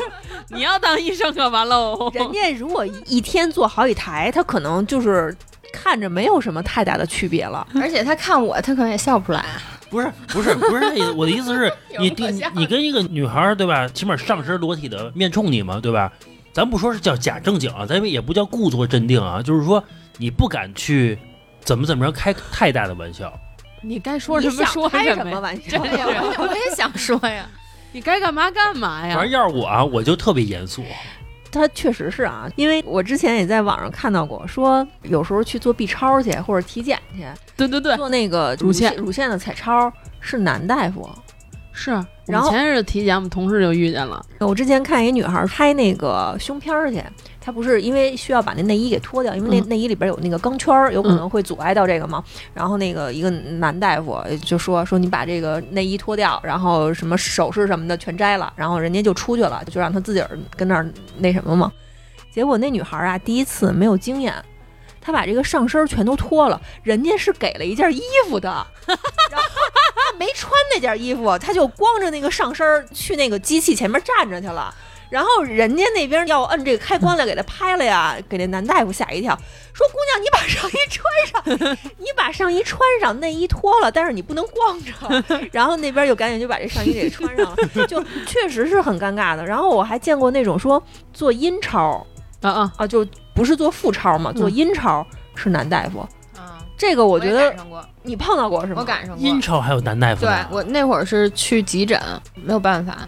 [SPEAKER 3] 你要当医生可完喽。
[SPEAKER 2] 人家如果一天做好几台，他可能就是看着没有什么太大的区别了。
[SPEAKER 4] 而且他看我，他可能也笑不出来。啊
[SPEAKER 1] 不是不是不是那意思，我的意思是
[SPEAKER 4] 有
[SPEAKER 1] 你
[SPEAKER 4] 可
[SPEAKER 1] 第
[SPEAKER 4] 笑
[SPEAKER 1] 你跟一个女孩儿对吧，起码上身裸体的面冲你嘛，对吧？咱不说是叫假正经啊，咱们也不叫故作镇定啊，就是说你不敢去怎么怎么着开太大的玩笑。
[SPEAKER 3] 你该说什
[SPEAKER 2] 你
[SPEAKER 3] 么
[SPEAKER 2] 想
[SPEAKER 3] 说
[SPEAKER 2] 开
[SPEAKER 3] 什
[SPEAKER 2] 什么
[SPEAKER 3] 哎么呀，
[SPEAKER 2] 玩笑
[SPEAKER 3] 真？是，
[SPEAKER 4] 我也想说呀，
[SPEAKER 3] 你该干嘛干嘛
[SPEAKER 4] 哎
[SPEAKER 1] 反
[SPEAKER 3] 呀
[SPEAKER 1] 正。要是我啊，我就特别严肃。
[SPEAKER 2] 他确实是啊，因为我之前也在网上看到过，说有时候去做 B 超去或者体检去，
[SPEAKER 3] 对对对，
[SPEAKER 2] 做那个
[SPEAKER 3] 乳腺
[SPEAKER 2] 乳腺的彩超是男大夫。
[SPEAKER 3] 是。我
[SPEAKER 2] 然
[SPEAKER 3] 们
[SPEAKER 2] 后
[SPEAKER 3] 前日体检，我们同事就遇见了，
[SPEAKER 2] 我之前看一女孩拍那个胸片儿去，她不是因为需要把那内衣给脱掉，因为那、
[SPEAKER 3] 嗯
[SPEAKER 2] 内衣里边有那个钢圈儿，有可能会阻碍到这个嘛。然后那个一个男大夫呃就说说你把这个内衣脱掉，然后什么首饰什么的全摘了，然后人家就出去了，就让她自己儿跟那儿那什么嘛。结果那女孩啊，第一次没有经验。她把这个上身全都脱了，人家是给了一件衣服的， 然后她没穿那件衣服，她就光着那个上身儿去那个机器前面站着去了。然后人家那边要摁这个开关了，给他拍了呀，给那男大夫吓一跳，说：“姑娘，你把上衣穿上， 你把上衣穿上，内衣脱了，但是你不能光着。”然后那边就赶紧就把这上衣给穿上了， 就确实是很尴尬的。然后我还见过那种说做阴超
[SPEAKER 3] 啊啊，
[SPEAKER 2] 啊，就不是做腹超嘛，做阴超是男大夫，
[SPEAKER 4] 啊，
[SPEAKER 2] 这个我觉得
[SPEAKER 4] 上过，
[SPEAKER 2] 你碰到过是吗？
[SPEAKER 4] 我赶上过，
[SPEAKER 1] 阴超还有男大夫
[SPEAKER 4] 对
[SPEAKER 1] 呢，
[SPEAKER 4] 我那会儿是去急诊，没有办法，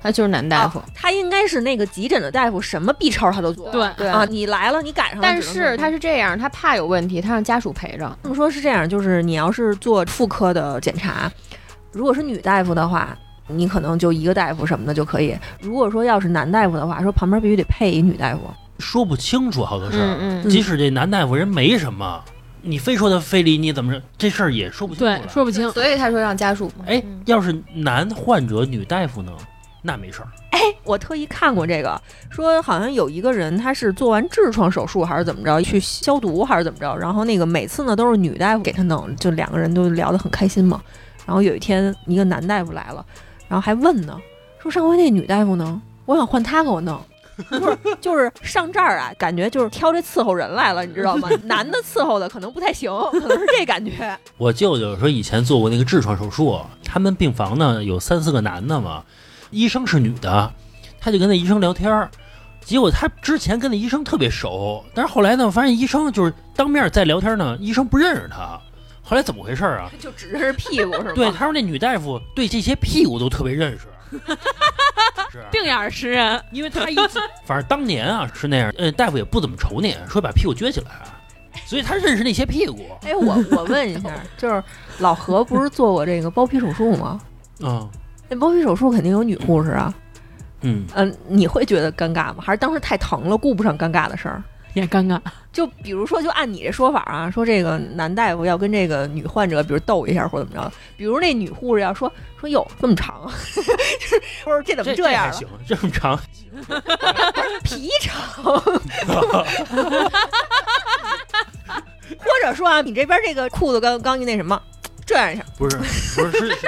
[SPEAKER 4] 他就是男大夫。
[SPEAKER 2] 啊他应该是那个急诊的大夫，什么 B 超他都做。
[SPEAKER 3] 对
[SPEAKER 4] 对
[SPEAKER 2] 啊，你来了，你赶上了。
[SPEAKER 4] 但
[SPEAKER 2] 只能
[SPEAKER 4] 是
[SPEAKER 2] 说嗯
[SPEAKER 4] 他是这样，他怕有问题，他让家属陪着。
[SPEAKER 2] 这么说是这样，就是你要是做妇科的检查，如果是女大夫的话，你可能就一个大夫什么的就可以；如果说要是男大夫的话，说旁边必须得配一女大夫。
[SPEAKER 1] 说不清楚好多事儿。
[SPEAKER 4] 嗯
[SPEAKER 2] 嗯
[SPEAKER 1] 即使这男大夫人没什么，你非说他非礼你怎么着，这事儿也说不清
[SPEAKER 3] 对
[SPEAKER 1] 楚，了。
[SPEAKER 3] 说不清。
[SPEAKER 4] 所以他说让家属嘛。
[SPEAKER 1] 哎
[SPEAKER 4] 嗯，
[SPEAKER 1] 要是男患者女大夫呢，那没事儿。
[SPEAKER 2] 我特意看过这个，说好像有一个人他是做完痔疮手术还是怎么着，去消毒还是怎么着，然后那个每次呢都是女大夫给他弄，就两个人都聊得很开心嘛。然后有一天一个男大夫来了，然后还问呢，说上回那女大夫呢，我想换她给我弄。不是，就是上这儿啊，感觉就是挑这伺候人来了，你知道吗？男的伺候的可能不太行，可能是这感觉。
[SPEAKER 1] 我舅舅说以前做过那个痔疮手术，他们病房呢有三四个男的嘛，医生是女的，他就跟那医生聊天儿，结果他之前跟那医生特别熟，但是后来呢，发现医生就是当面在聊天呢，医生不认识他。后来怎么回事儿啊？
[SPEAKER 2] 就只是屁股是吗？
[SPEAKER 1] 对，他说那女大夫对这些屁股都特别 认识，是
[SPEAKER 3] 定眼儿识人，
[SPEAKER 1] 因为他一直，反正当年啊是那样，呃，大夫也不怎么瞅你，说把屁股撅起来啊，所以他认识那些屁 股。
[SPEAKER 2] 哎，我我问一下，就是老何不是做过这个包皮手术吗？
[SPEAKER 1] 嗯
[SPEAKER 2] 那包皮手术肯定有女护士啊，
[SPEAKER 1] 嗯，
[SPEAKER 2] 嗯，你会觉得尴尬吗？还是当时太疼了，顾不上尴尬的事儿？
[SPEAKER 3] 也尴尬。
[SPEAKER 2] 就比如说，就按你这说法啊，说这个男大夫要跟这个女患者，比如逗一下或者怎么着，比如那女护士要说说哟这么长，啊 或者这怎
[SPEAKER 1] 这
[SPEAKER 2] 么
[SPEAKER 1] 这
[SPEAKER 2] 样
[SPEAKER 1] 还
[SPEAKER 2] 啊了，
[SPEAKER 1] 行，这么长，
[SPEAKER 2] 皮长， 或者说啊，你这边这个裤子刚刚一那什么，这样一下，
[SPEAKER 1] 不是不是是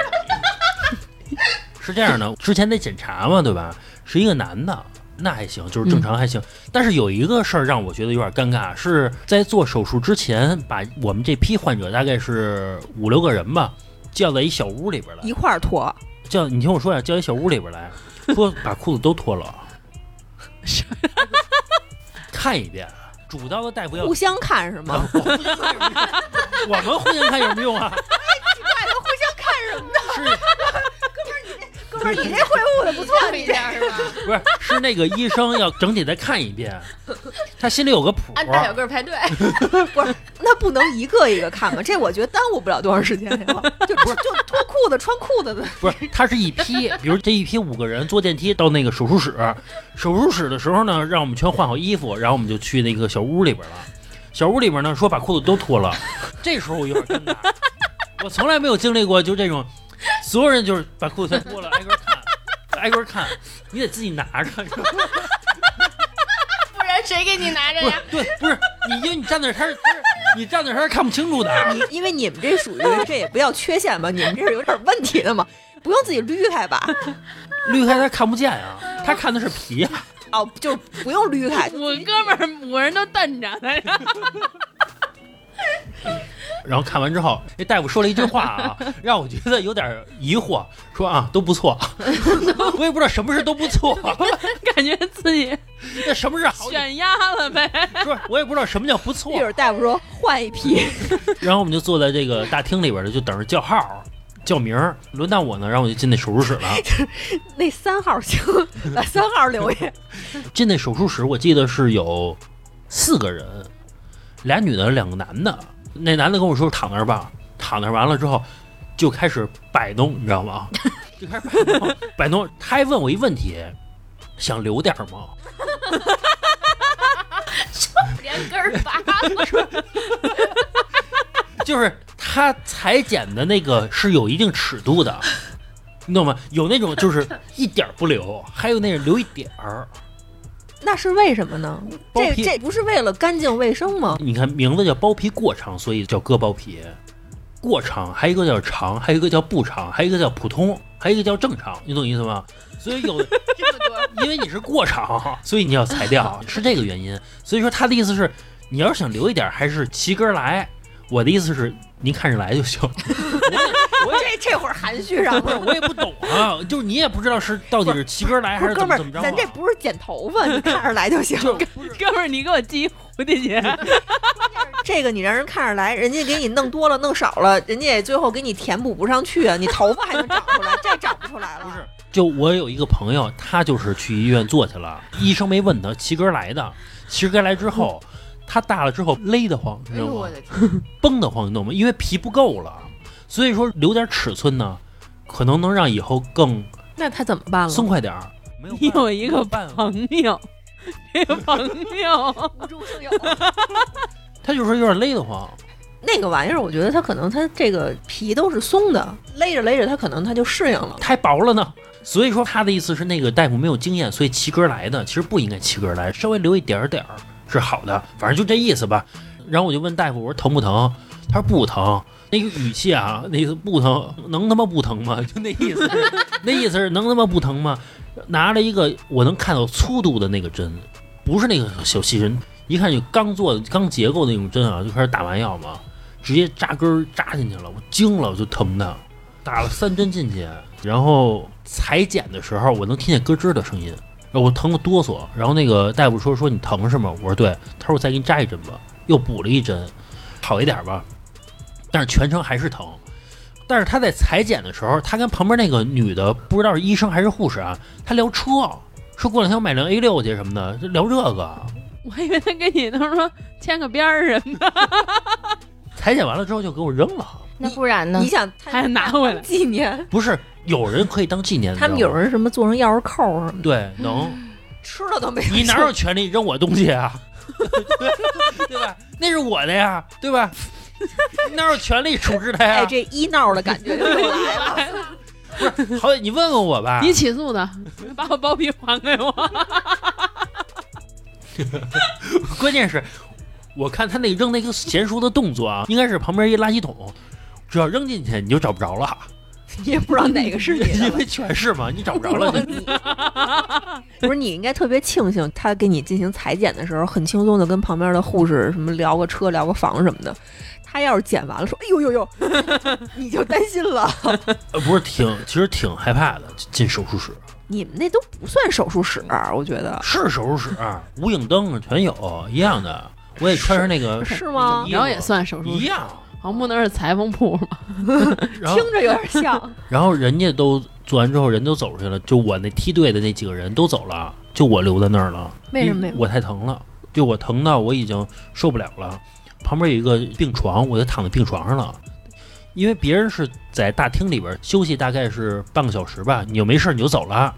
[SPEAKER 1] 是这样的，之前那检查嘛，对吧？是一个男的，那还行，就是正常还行。但是有一个事儿让我觉得有点尴尬，是在做手术之前，把我们这批患者大概是五六个人吧，叫在一小屋里边来，
[SPEAKER 2] 一块儿脱，
[SPEAKER 1] 叫你听我说呀，叫一小屋里边来，说把裤子都脱了，看一遍。主刀的大夫要
[SPEAKER 2] 互相看是吗？
[SPEAKER 1] 我们互相看有什么用啊？
[SPEAKER 2] 哎
[SPEAKER 1] 是
[SPEAKER 2] 哥们儿，你这会务的不错，你这
[SPEAKER 4] 是吧？
[SPEAKER 1] 不是是那个医生要整体再看一遍，他心里有个谱。
[SPEAKER 2] 啊
[SPEAKER 4] 按啊大小个儿 排队，
[SPEAKER 2] 那不能一个一个看吧？这我觉得耽误不了多长时间呀， 就就就脱裤子穿裤子的，
[SPEAKER 1] 不是，他是一 批，比如这一批五个人坐电梯到那个手术室，手术室的时候呢，让我们全换好衣服，然后我们就去那个小屋里边了。小屋里边呢，说把裤子都脱了， 这时候我有点尴尬， 我从来没有经历过就这种，所有人就是把裤子全脱了，挨个看，挨个看，你得自己拿着。
[SPEAKER 4] 不然谁给你拿着
[SPEAKER 1] 不是？， 对，不是你，因为你站那儿，他是他是你站那儿他是看不清楚的。
[SPEAKER 2] 你因为你们这属于这也不叫缺陷吧？你们这是有点问题的嘛，不用自己捋开吧？
[SPEAKER 1] 绿开他看不见啊，他看的是皮啊。
[SPEAKER 2] 哦，就是不用捋开，就
[SPEAKER 3] 五哥们儿五个人都瞪着， 在这
[SPEAKER 1] 然后看完之后，那大夫说了一句话啊，让我觉得有点疑惑，说啊都不错， 我也不知道什么是都不错，
[SPEAKER 3] 感觉自己
[SPEAKER 1] 那什么是好，
[SPEAKER 3] 选压了呗。
[SPEAKER 1] 说我也不知道什么叫不错
[SPEAKER 2] 一。会儿大夫说换一批，
[SPEAKER 1] 然后我们就坐在这个大厅里边儿，就等着叫号。叫名儿，轮到我呢，然后我就进那手术室了。
[SPEAKER 2] 那三号行，把三号留 下。
[SPEAKER 1] 进那手术室，我记得是有四个人，俩女的，两个男的。那男的跟我说躺那儿吧，躺那儿完了之后就开始摆弄，你知道吗？ 就开始摆弄，摆弄。他还问我一问题，想留点儿吗？
[SPEAKER 4] 连根儿拔。
[SPEAKER 1] 就是他裁剪的那个是有一定尺度的，你懂吗？有那种就是一点儿不留，还有那种留一点儿。
[SPEAKER 2] 那是为什么呢？
[SPEAKER 1] 包
[SPEAKER 2] 这
[SPEAKER 1] 皮
[SPEAKER 2] 这不是为了干净卫生吗？
[SPEAKER 1] 你看名字叫包皮过长，所以叫割包皮。过长，还有一个叫长，还有一个叫不长，还有一个叫普通，还有一个叫正常，你懂意思吗？所以有的
[SPEAKER 4] 这么多，
[SPEAKER 1] 因为你是过长，所以你要裁掉，是这个原因。所以说他的意思是，你要是想留一点，还是齐根儿来。我的意思是，您看着来就行。我也
[SPEAKER 2] 这这会儿含蓄 上
[SPEAKER 1] 不是，
[SPEAKER 2] 了。
[SPEAKER 1] 我也不懂啊，就是你也不知道是到底是齐根儿来
[SPEAKER 2] 不
[SPEAKER 1] 还
[SPEAKER 2] 是
[SPEAKER 1] 是
[SPEAKER 2] 哥
[SPEAKER 1] 怎
[SPEAKER 2] 们
[SPEAKER 1] 么怎么
[SPEAKER 2] 儿，
[SPEAKER 1] 着、
[SPEAKER 2] 咱这
[SPEAKER 1] 啊。
[SPEAKER 2] 不是剪头发，你看着来就行。
[SPEAKER 1] 就
[SPEAKER 3] 哥们儿，你给我系蝴蝶结，
[SPEAKER 2] 这个你让人看着来，人家给你弄多了、弄少了，人家也最后给你填补不上去啊。你头发还能长出来，这长不出来了。
[SPEAKER 1] 不是，就我有一个朋友，他就是去医院做去了，医生没问他，齐根儿来的。齐根儿来之后，
[SPEAKER 3] 嗯
[SPEAKER 1] 他大了之后勒得慌，你
[SPEAKER 4] 哎
[SPEAKER 1] 知道
[SPEAKER 4] 呦
[SPEAKER 1] 吗
[SPEAKER 4] 我？的天！
[SPEAKER 1] 绷得慌，你懂吗？因为皮不够了，所以说留点尺寸呢，可能能让以后更
[SPEAKER 2] 那他怎么办
[SPEAKER 1] 松快点儿。没有
[SPEAKER 3] 你
[SPEAKER 1] 办法
[SPEAKER 3] 有一
[SPEAKER 1] 没
[SPEAKER 3] 个
[SPEAKER 1] 有办法，
[SPEAKER 3] 朋友，这个朋友
[SPEAKER 2] 无中生有。
[SPEAKER 1] 他就说有点勒得慌，
[SPEAKER 2] 那个玩意儿，我觉得它可能它这个皮都是松的，勒着勒着，它可能它就适应了。
[SPEAKER 1] 太薄了呢。所以说他的意思是，那个大夫没有经验，所以齐根儿来的，其实不应该齐根儿来，稍微留一点儿点儿是好的，反正就这意思吧。然后我就问大夫，我说疼不疼？他说不疼。那个语气啊，那意思不疼，能他妈不疼吗？ 就那意思是，那意思是能他妈不疼吗？拿了一个我能看到粗度的那个针，不是那个小细针，一看就刚做的刚结构那种针啊，就开始打完药嘛，直接扎根儿扎进去了，我惊了，我就疼的。打了三针进去，然后裁剪的时候，我能听见咯吱的声音，然后我疼得哆嗦。然后那个大夫说：“说你疼是吗？”我说：“对。”他说：“我再给你扎一针吧。”又补了一针，好一点吧，但是全程还是疼。但是他在裁剪的时候，他跟旁边那个女的，不知道是医生还是护士啊，他聊车，说过两天我买辆 A 六去什么的，就聊这个。
[SPEAKER 3] 我还以为他跟你他说牵个边儿什么的，
[SPEAKER 1] 裁剪完了之后就给我扔了。
[SPEAKER 4] 那不然呢
[SPEAKER 2] 你？想
[SPEAKER 3] 还
[SPEAKER 2] 他
[SPEAKER 3] 要拿回来。
[SPEAKER 2] 纪念，
[SPEAKER 1] 不是有人可以当纪念的，
[SPEAKER 2] 他们有人什么做成钥匙扣儿什么的，
[SPEAKER 1] 对能，
[SPEAKER 2] 吃了都没
[SPEAKER 1] 你哪有权利扔我东西啊？ 对吧？那是我的呀，对吧？你哪有权利处置他呀？
[SPEAKER 2] 哎，这医闹的感觉就来了。
[SPEAKER 1] 好歹你问问我吧。
[SPEAKER 3] 你起诉 的，把我包皮还给 我。
[SPEAKER 1] 关键是，我看他那个扔那个娴熟的动作啊，应该是旁边一垃圾桶，只要扔进去你就找不着了，
[SPEAKER 2] 你也不知道哪个是你的
[SPEAKER 1] 因
[SPEAKER 2] 了。
[SPEAKER 1] 为全是嘛，你找不着 了。你
[SPEAKER 2] 不是你应该特别庆幸，他给你进行裁剪的时候，很轻松的跟旁边的护士什么聊个车、聊个房什么的。他要是剪完了说：“哎呦呦呦，你就担心了。
[SPEAKER 1] 呃，不是挺，其实挺害怕的，进手术室”啊
[SPEAKER 2] 你们那都不算手术室，啊我觉得
[SPEAKER 1] 是手术室，无影灯全有一样的，我也穿上那个
[SPEAKER 2] 是吗
[SPEAKER 1] 衣？服
[SPEAKER 3] 然后也算手术
[SPEAKER 1] 一
[SPEAKER 3] 室，
[SPEAKER 1] 样，
[SPEAKER 3] 黄木那是裁缝铺嘛，
[SPEAKER 1] 然后
[SPEAKER 2] 听着有点 像。
[SPEAKER 1] 然后人家都做完之后，人都走出去了，就我那梯队的那几个人都走了，就我留在那儿了。
[SPEAKER 2] 为什么呀
[SPEAKER 1] 因我太疼了，就我疼到我已经受不了了。旁边有一个病床，我就躺在病床上了。因为别人是在大厅里边休息，大概是半个小时吧，你就没事儿你就走了。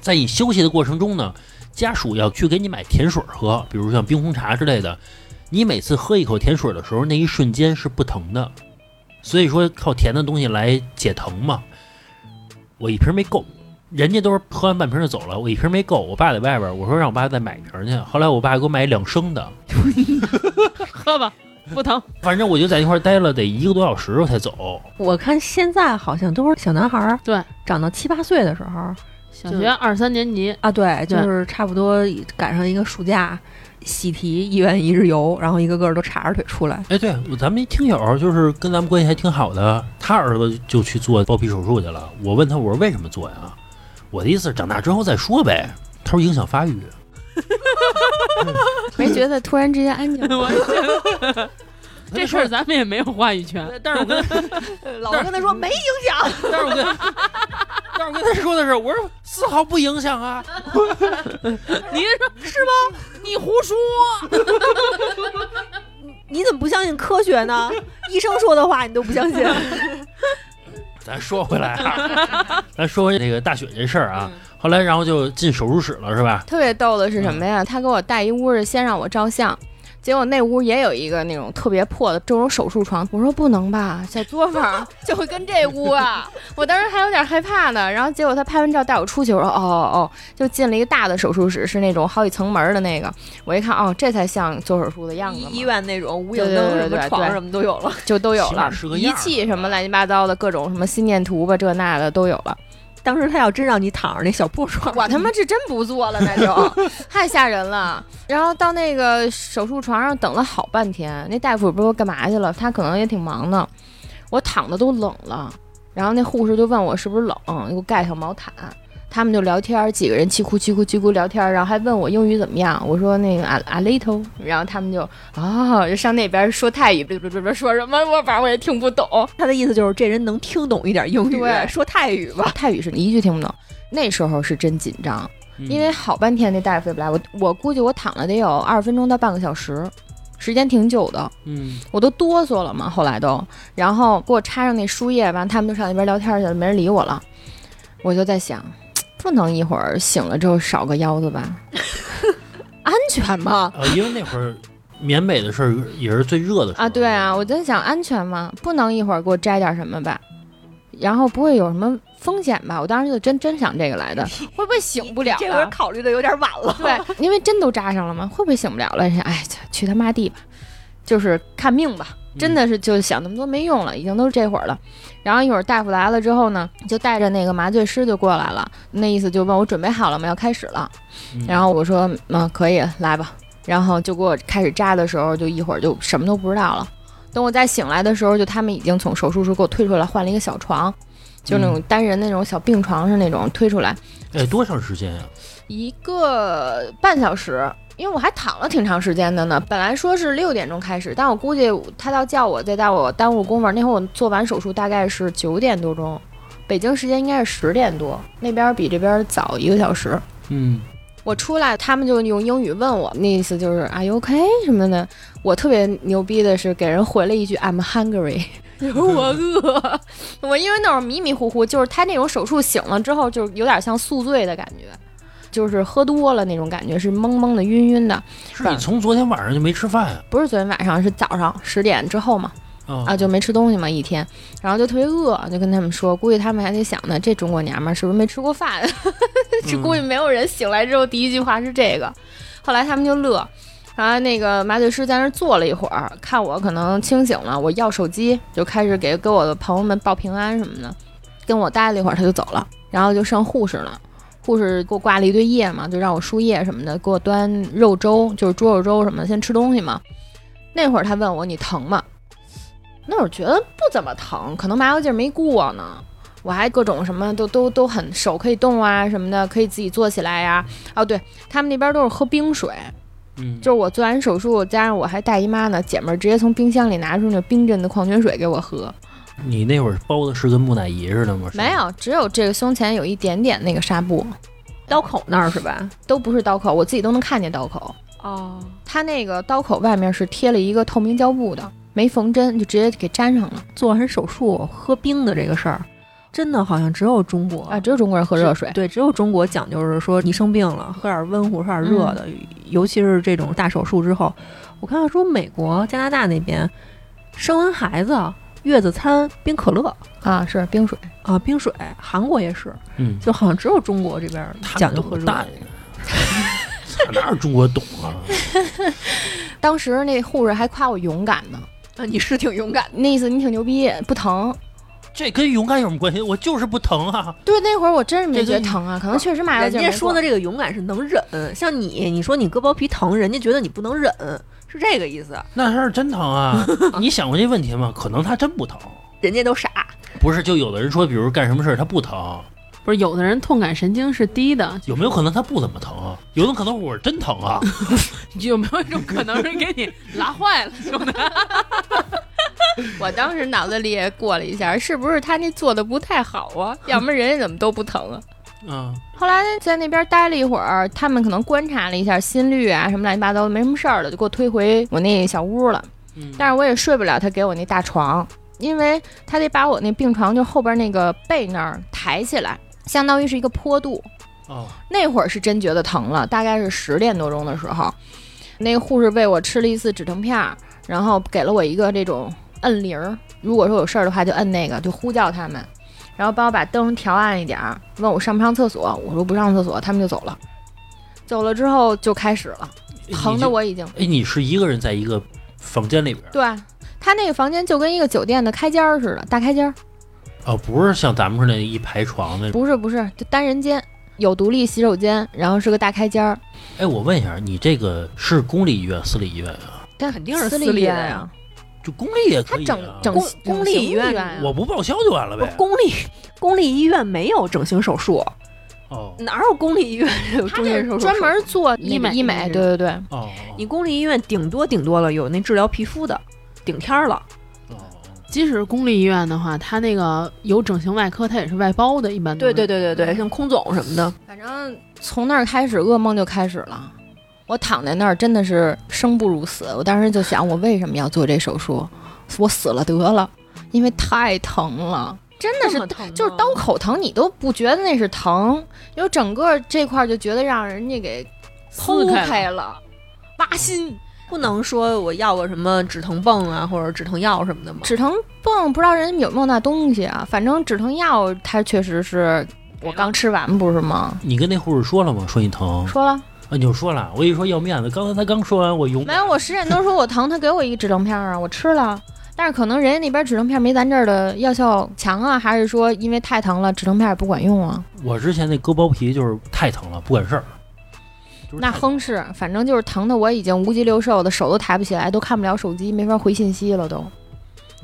[SPEAKER 1] 在你休息的过程中呢，家属要去给你买甜水喝，比如像冰红茶之类的。你每次喝一口甜水的时候，那一瞬间是不疼的，所以说靠甜的东西来解疼嘛。我一瓶没够，人家都是喝完半瓶就走了，我一瓶没够，我爸在外边儿，我说让我爸再买一瓶去，后来我爸给我买两升的，
[SPEAKER 3] 喝吧，不疼。
[SPEAKER 1] 反正我就在那块儿待了得一个多小时我才走。
[SPEAKER 2] 我看现在好像都是小男孩儿，
[SPEAKER 3] 对，
[SPEAKER 2] 长到七八岁的时候
[SPEAKER 3] 小学二三年级，
[SPEAKER 2] 啊，对，就
[SPEAKER 3] 对？
[SPEAKER 2] 是差不多赶上一个暑假，喜提一元一日游，然后一个个都叉着腿出来。
[SPEAKER 1] 哎，对，咱们一听友就是跟咱们关系还挺好的，他儿子就去做包皮手术去了。我问他，我说为什么做呀？我的意思是长大之后再说呗。他说影响发育。
[SPEAKER 4] 没觉得突然之间哎安静
[SPEAKER 3] 我也觉得 这事儿咱们也没有话语权。
[SPEAKER 1] 但是我跟，
[SPEAKER 2] 老王跟 他说没影响。
[SPEAKER 1] 但是我跟，但是我跟他说的是，我说丝毫不影响啊。
[SPEAKER 3] 你说是吗？你胡说！
[SPEAKER 2] 你怎么不相信科学 呢？医生说的话你都不相信？
[SPEAKER 1] 咱说回来啊，咱说回那个大雪这事儿啊。后来，然后就进手术室了，是吧？
[SPEAKER 4] 特别逗的是什么
[SPEAKER 1] 嗯
[SPEAKER 4] 呀？他给我带一屋是先让我照相。结果那屋也有一个那种特别破的这种手术床，我说不能吧，小作 坊就会跟这屋啊，我当时还有点害怕呢。然后结果他拍完照带我出去，我说哦哦哦，就进了一个大的手术室，是那种好几层门的那个。我一看哦，这才像做手术的样子嘛，
[SPEAKER 2] 医院那种无
[SPEAKER 4] 影
[SPEAKER 2] 影
[SPEAKER 4] 灯
[SPEAKER 2] 灯
[SPEAKER 4] 什
[SPEAKER 2] 什
[SPEAKER 4] 么
[SPEAKER 2] 么
[SPEAKER 4] 床
[SPEAKER 2] 床
[SPEAKER 4] 什
[SPEAKER 2] 什么都有了。
[SPEAKER 4] 就都有
[SPEAKER 1] 起
[SPEAKER 4] 了
[SPEAKER 1] 码是个
[SPEAKER 4] 仪
[SPEAKER 1] 样儿
[SPEAKER 4] 器什么乱七八糟的各种什么心电图吧，这那的都有了。
[SPEAKER 2] 当时他要真让你躺着那小破 床，
[SPEAKER 4] 我他妈是真不做了，那就太吓人了。然后到那个手术床上等了好半天，那大夫也不知道干嘛去了，他可能也挺忙的。我躺的都冷了，然后那护士就问我是不是冷，给我盖上毛毯。他们就聊天儿，几个人叽咕叽咕叽咕聊天儿，然后还问我英语怎么样。我说那个啊啊 little，然后他们就哦，就上那边说泰语，不不不不说什么，我反正我也听不懂。
[SPEAKER 2] 他的意思就是这人能听懂一点英语
[SPEAKER 4] 对，
[SPEAKER 2] 说泰语吧。
[SPEAKER 4] 泰语是一句听不懂，那时候是真紧张。
[SPEAKER 1] 嗯
[SPEAKER 4] 因为好半天那大夫也不来，我我估计我躺了得有二十分钟到半个小时，时间挺久的，
[SPEAKER 1] 嗯，
[SPEAKER 4] 我都哆嗦了嘛，后来都，然后给我插上那输液，完他们就上那边聊天去了，没人理我了，我就在想，不能一会儿醒了之后少个腰子吧， 安全吗？
[SPEAKER 1] 呃，因为那会儿缅北的事儿也是最热的时候
[SPEAKER 4] 啊，对啊，我在想安全吗？不能一会儿给我摘点什么吧，然后不会有什么风险吧？我当时就真真想这个来的，会不会醒不了啊了？
[SPEAKER 2] 这会儿考虑的有点晚 了。
[SPEAKER 4] 对，因为针都扎上了嘛，会不会醒不了了？哎，去去他妈地吧，就是看命吧。真的是就想那么多没用了，已经都是这会儿了。然后一会儿大夫来了之后呢，就带着那个麻醉师就过来了，那意思就问我准备好了吗？要开始了。
[SPEAKER 1] 嗯
[SPEAKER 4] 然后我说嗯，可以来吧。然后就给我开始扎的时候，就一会儿就什么都不知道了。等我再醒来的时候，就他们已经从手术室给我推出来，换了一个小床，就那种单人那种小病床是那种推出来。
[SPEAKER 1] 哎，多长时间呀？
[SPEAKER 4] 一个半小时，因为我还躺了挺长时间的呢。本来说是六点钟开始，但我估计他要叫我再带我耽误工夫。那会儿我做完手术大概是九点多钟，北京时间应该是十点多，那边比这边早一个小时。
[SPEAKER 1] 嗯，
[SPEAKER 4] 我出来，他们就用英语问我，那意思就是 Are you OK 什么的。我特别牛逼的是给人回了一句 I'm hungry，就是我饿。我因为那会儿迷迷糊糊，就是他那种手术醒了之后，就是有点像宿醉的感觉，就是喝多了那种感觉，是懵懵的、晕晕的。
[SPEAKER 1] 是你从昨天晚上就没吃饭啊？
[SPEAKER 4] 不是昨天晚上，是早上十点之后嘛。
[SPEAKER 1] 啊
[SPEAKER 4] 啊，就没吃东西嘛一天，然后就特别饿，就跟他们说，估计他们还得想呢，这中国娘们儿是不是没吃过饭？ 就估计没有人醒来之后第一句话是这个。后来他们就乐，然后那个麻醉师在那儿坐了一会儿，看我可能清醒了，我要手机，就开始给给我的朋友们报平安什么的，跟我待了一会儿他就走了，然后就剩护士了。护士给我挂了一堆液嘛，就让我输液什么的，给我端肉粥，就是猪肉粥什么的，先吃东西嘛。那会儿他问我你疼吗？那会儿觉得不怎么疼，可能麻药劲儿没过呢。我还各种什么都都都很手可以动啊什么的，可以自己坐起来呀、哦，对他们那边都是喝冰水，
[SPEAKER 1] 嗯，
[SPEAKER 4] 就是我做完手术，加上我还大姨妈呢，姐们儿直接从冰箱里拿出那冰镇的矿泉水给我喝。
[SPEAKER 1] 你那会儿包的是跟木乃伊似的吗？是吗
[SPEAKER 4] 没，有，只有这个胸前有一点点那个纱布，
[SPEAKER 2] 刀口那儿是吧？
[SPEAKER 4] 都不是刀口，我自己都能看见刀口。
[SPEAKER 3] 哦，
[SPEAKER 4] 它那个刀口外面是贴了一个透明胶布的，没缝针，就直接给粘上了
[SPEAKER 2] 做完手术喝冰的这个事儿，真的好像只有中国
[SPEAKER 4] 啊！只有中国人喝热水。
[SPEAKER 2] 对，只有中国讲究是说你生病了，喝点温乎，喝点热的，尤其是这种大手术之后，我看到说美国、加拿大那边生完孩子月子餐冰可乐
[SPEAKER 4] 啊，是冰水。
[SPEAKER 2] 啊，冰水，韩国也是，
[SPEAKER 1] 嗯，
[SPEAKER 2] 就好像只有中国这边
[SPEAKER 1] 他
[SPEAKER 2] 讲究喝热。
[SPEAKER 1] 淡呀， 操哪有中国懂啊？
[SPEAKER 4] 当时那护士还夸我勇敢呢，
[SPEAKER 2] 啊，你是挺勇敢
[SPEAKER 4] 那意思你挺牛逼，不疼。
[SPEAKER 1] 这跟勇敢有什么关系？我就是不疼啊！
[SPEAKER 4] 对，那会儿我真是没
[SPEAKER 1] 这
[SPEAKER 4] 觉
[SPEAKER 1] 就
[SPEAKER 4] 得疼啊，可能确实麻
[SPEAKER 2] 哎
[SPEAKER 4] 药
[SPEAKER 2] 人
[SPEAKER 4] 劲儿
[SPEAKER 2] 家
[SPEAKER 4] 没
[SPEAKER 2] 说的
[SPEAKER 4] 过
[SPEAKER 2] 这个勇敢是能忍，像你，你说你割包皮疼，人家觉得你不能忍，是这个意思。
[SPEAKER 1] 那事儿真疼 啊！你想过这问题吗？可能他真不疼，
[SPEAKER 2] 人家都傻，
[SPEAKER 1] 不是？就有的人说，比如干什么事儿他不疼，
[SPEAKER 3] 不是，有的人痛感神经是低的，
[SPEAKER 1] 有没有可能他不怎么疼啊？有种可能我是真疼啊！
[SPEAKER 3] 有没有一种可能是给你拉坏 了，兄弟？
[SPEAKER 4] 我当时脑子里也过了一下，是不是他那做的不太好啊？要么人家怎么都不疼啊？
[SPEAKER 1] 嗯，
[SPEAKER 4] 后来在那边待了一会儿，他们可能观察了一下心率啊什么乱七八糟的，没什么事儿了，就给我推回我那小屋了。
[SPEAKER 1] 嗯
[SPEAKER 4] 但是我也睡不了他给我那大床，因为他得把我那病床就后边那个背那儿抬起来，相当于是一个坡度。
[SPEAKER 1] 哦，
[SPEAKER 4] 那会儿是真觉得疼了，大概是十点多钟的时候，那个护士喂我吃了一次止疼片儿，然后给了我一个这种摁铃儿，如果说有事儿的话就摁那个，就呼叫他们，然后帮我把灯调暗一点儿，问我上不上厕所，我说不上厕所，他们就走了。走了之后就开始了，疼的
[SPEAKER 1] 我。
[SPEAKER 4] 我已经
[SPEAKER 1] 哎，你是一个人在一个房间里边儿
[SPEAKER 4] 对他那个房间就跟一个酒店的开间儿似的，大开间儿，
[SPEAKER 1] 哦，不是像咱们似的一排床那种。
[SPEAKER 4] 不是不是，就单人间，有独立洗手间，然后是个大开间儿，
[SPEAKER 1] 哎，我问一下，你这个是公立医院、私立医院啊？
[SPEAKER 4] 但
[SPEAKER 2] 肯定是
[SPEAKER 4] 私
[SPEAKER 2] 私立
[SPEAKER 4] 医
[SPEAKER 2] 的
[SPEAKER 4] 院
[SPEAKER 2] 呀
[SPEAKER 4] 啊
[SPEAKER 1] 就公立也
[SPEAKER 4] 他
[SPEAKER 1] 可以、啊。
[SPEAKER 4] 整整
[SPEAKER 2] 公
[SPEAKER 4] 整
[SPEAKER 2] 公立
[SPEAKER 4] 形
[SPEAKER 2] 医院
[SPEAKER 4] 啊
[SPEAKER 1] 我不报销就完了呗。
[SPEAKER 2] 公立公立医院没有整形手术，
[SPEAKER 1] 哦
[SPEAKER 2] 哪有公立医院有
[SPEAKER 4] 他
[SPEAKER 2] 整形手术？
[SPEAKER 4] 专门做那个
[SPEAKER 3] 医美
[SPEAKER 4] 医
[SPEAKER 3] 医
[SPEAKER 4] 美，
[SPEAKER 3] 美
[SPEAKER 4] 对对对，
[SPEAKER 1] 哦
[SPEAKER 2] 你公立医院顶多顶多了有那治疗皮肤的，顶天儿了。
[SPEAKER 1] 哦，
[SPEAKER 3] 即使是公立医院的话，它那个有整形外科，它也是外包的，一般都
[SPEAKER 2] 对
[SPEAKER 3] 是
[SPEAKER 2] 对对对对，像空总什么的，
[SPEAKER 4] 反正从那儿开始，噩梦就开始了。我躺在那儿真的是生不如死，我当时就想，我为什么要做这手术？我死了得了，因为太疼了，真的是
[SPEAKER 3] 这么
[SPEAKER 2] 啊
[SPEAKER 3] 疼吗
[SPEAKER 4] 就是刀口疼，你都不觉得那是疼，因为整个这块儿就觉得让人家给剖
[SPEAKER 3] 撕开
[SPEAKER 4] 开了，挖心。
[SPEAKER 2] 不能说我要个什么止疼泵啊，或者止疼药什么的吗？
[SPEAKER 4] 止疼泵不知道人有没有那东西啊，反正止疼药它确实是我刚吃完不是吗？
[SPEAKER 1] 你跟那护士说了吗？说你疼
[SPEAKER 4] 说了。
[SPEAKER 1] 啊？你就说了，我跟你说要面子。刚才他刚说完，我勇
[SPEAKER 4] 没
[SPEAKER 1] 敢。
[SPEAKER 4] 有，我十点多说我疼，他给我一个止疼片儿啊，我吃了。但是可能人家那边止疼片没咱这儿的药效强啊，还是说因为太疼了，止疼片也不管用啊？
[SPEAKER 1] 我之前那割包皮就是太疼了，不管事儿。就是
[SPEAKER 4] 那
[SPEAKER 1] 太
[SPEAKER 4] 哼是，反正就是疼的我已经无肌六瘦的，手都抬不起来，都看不了手机，没法回信息了都，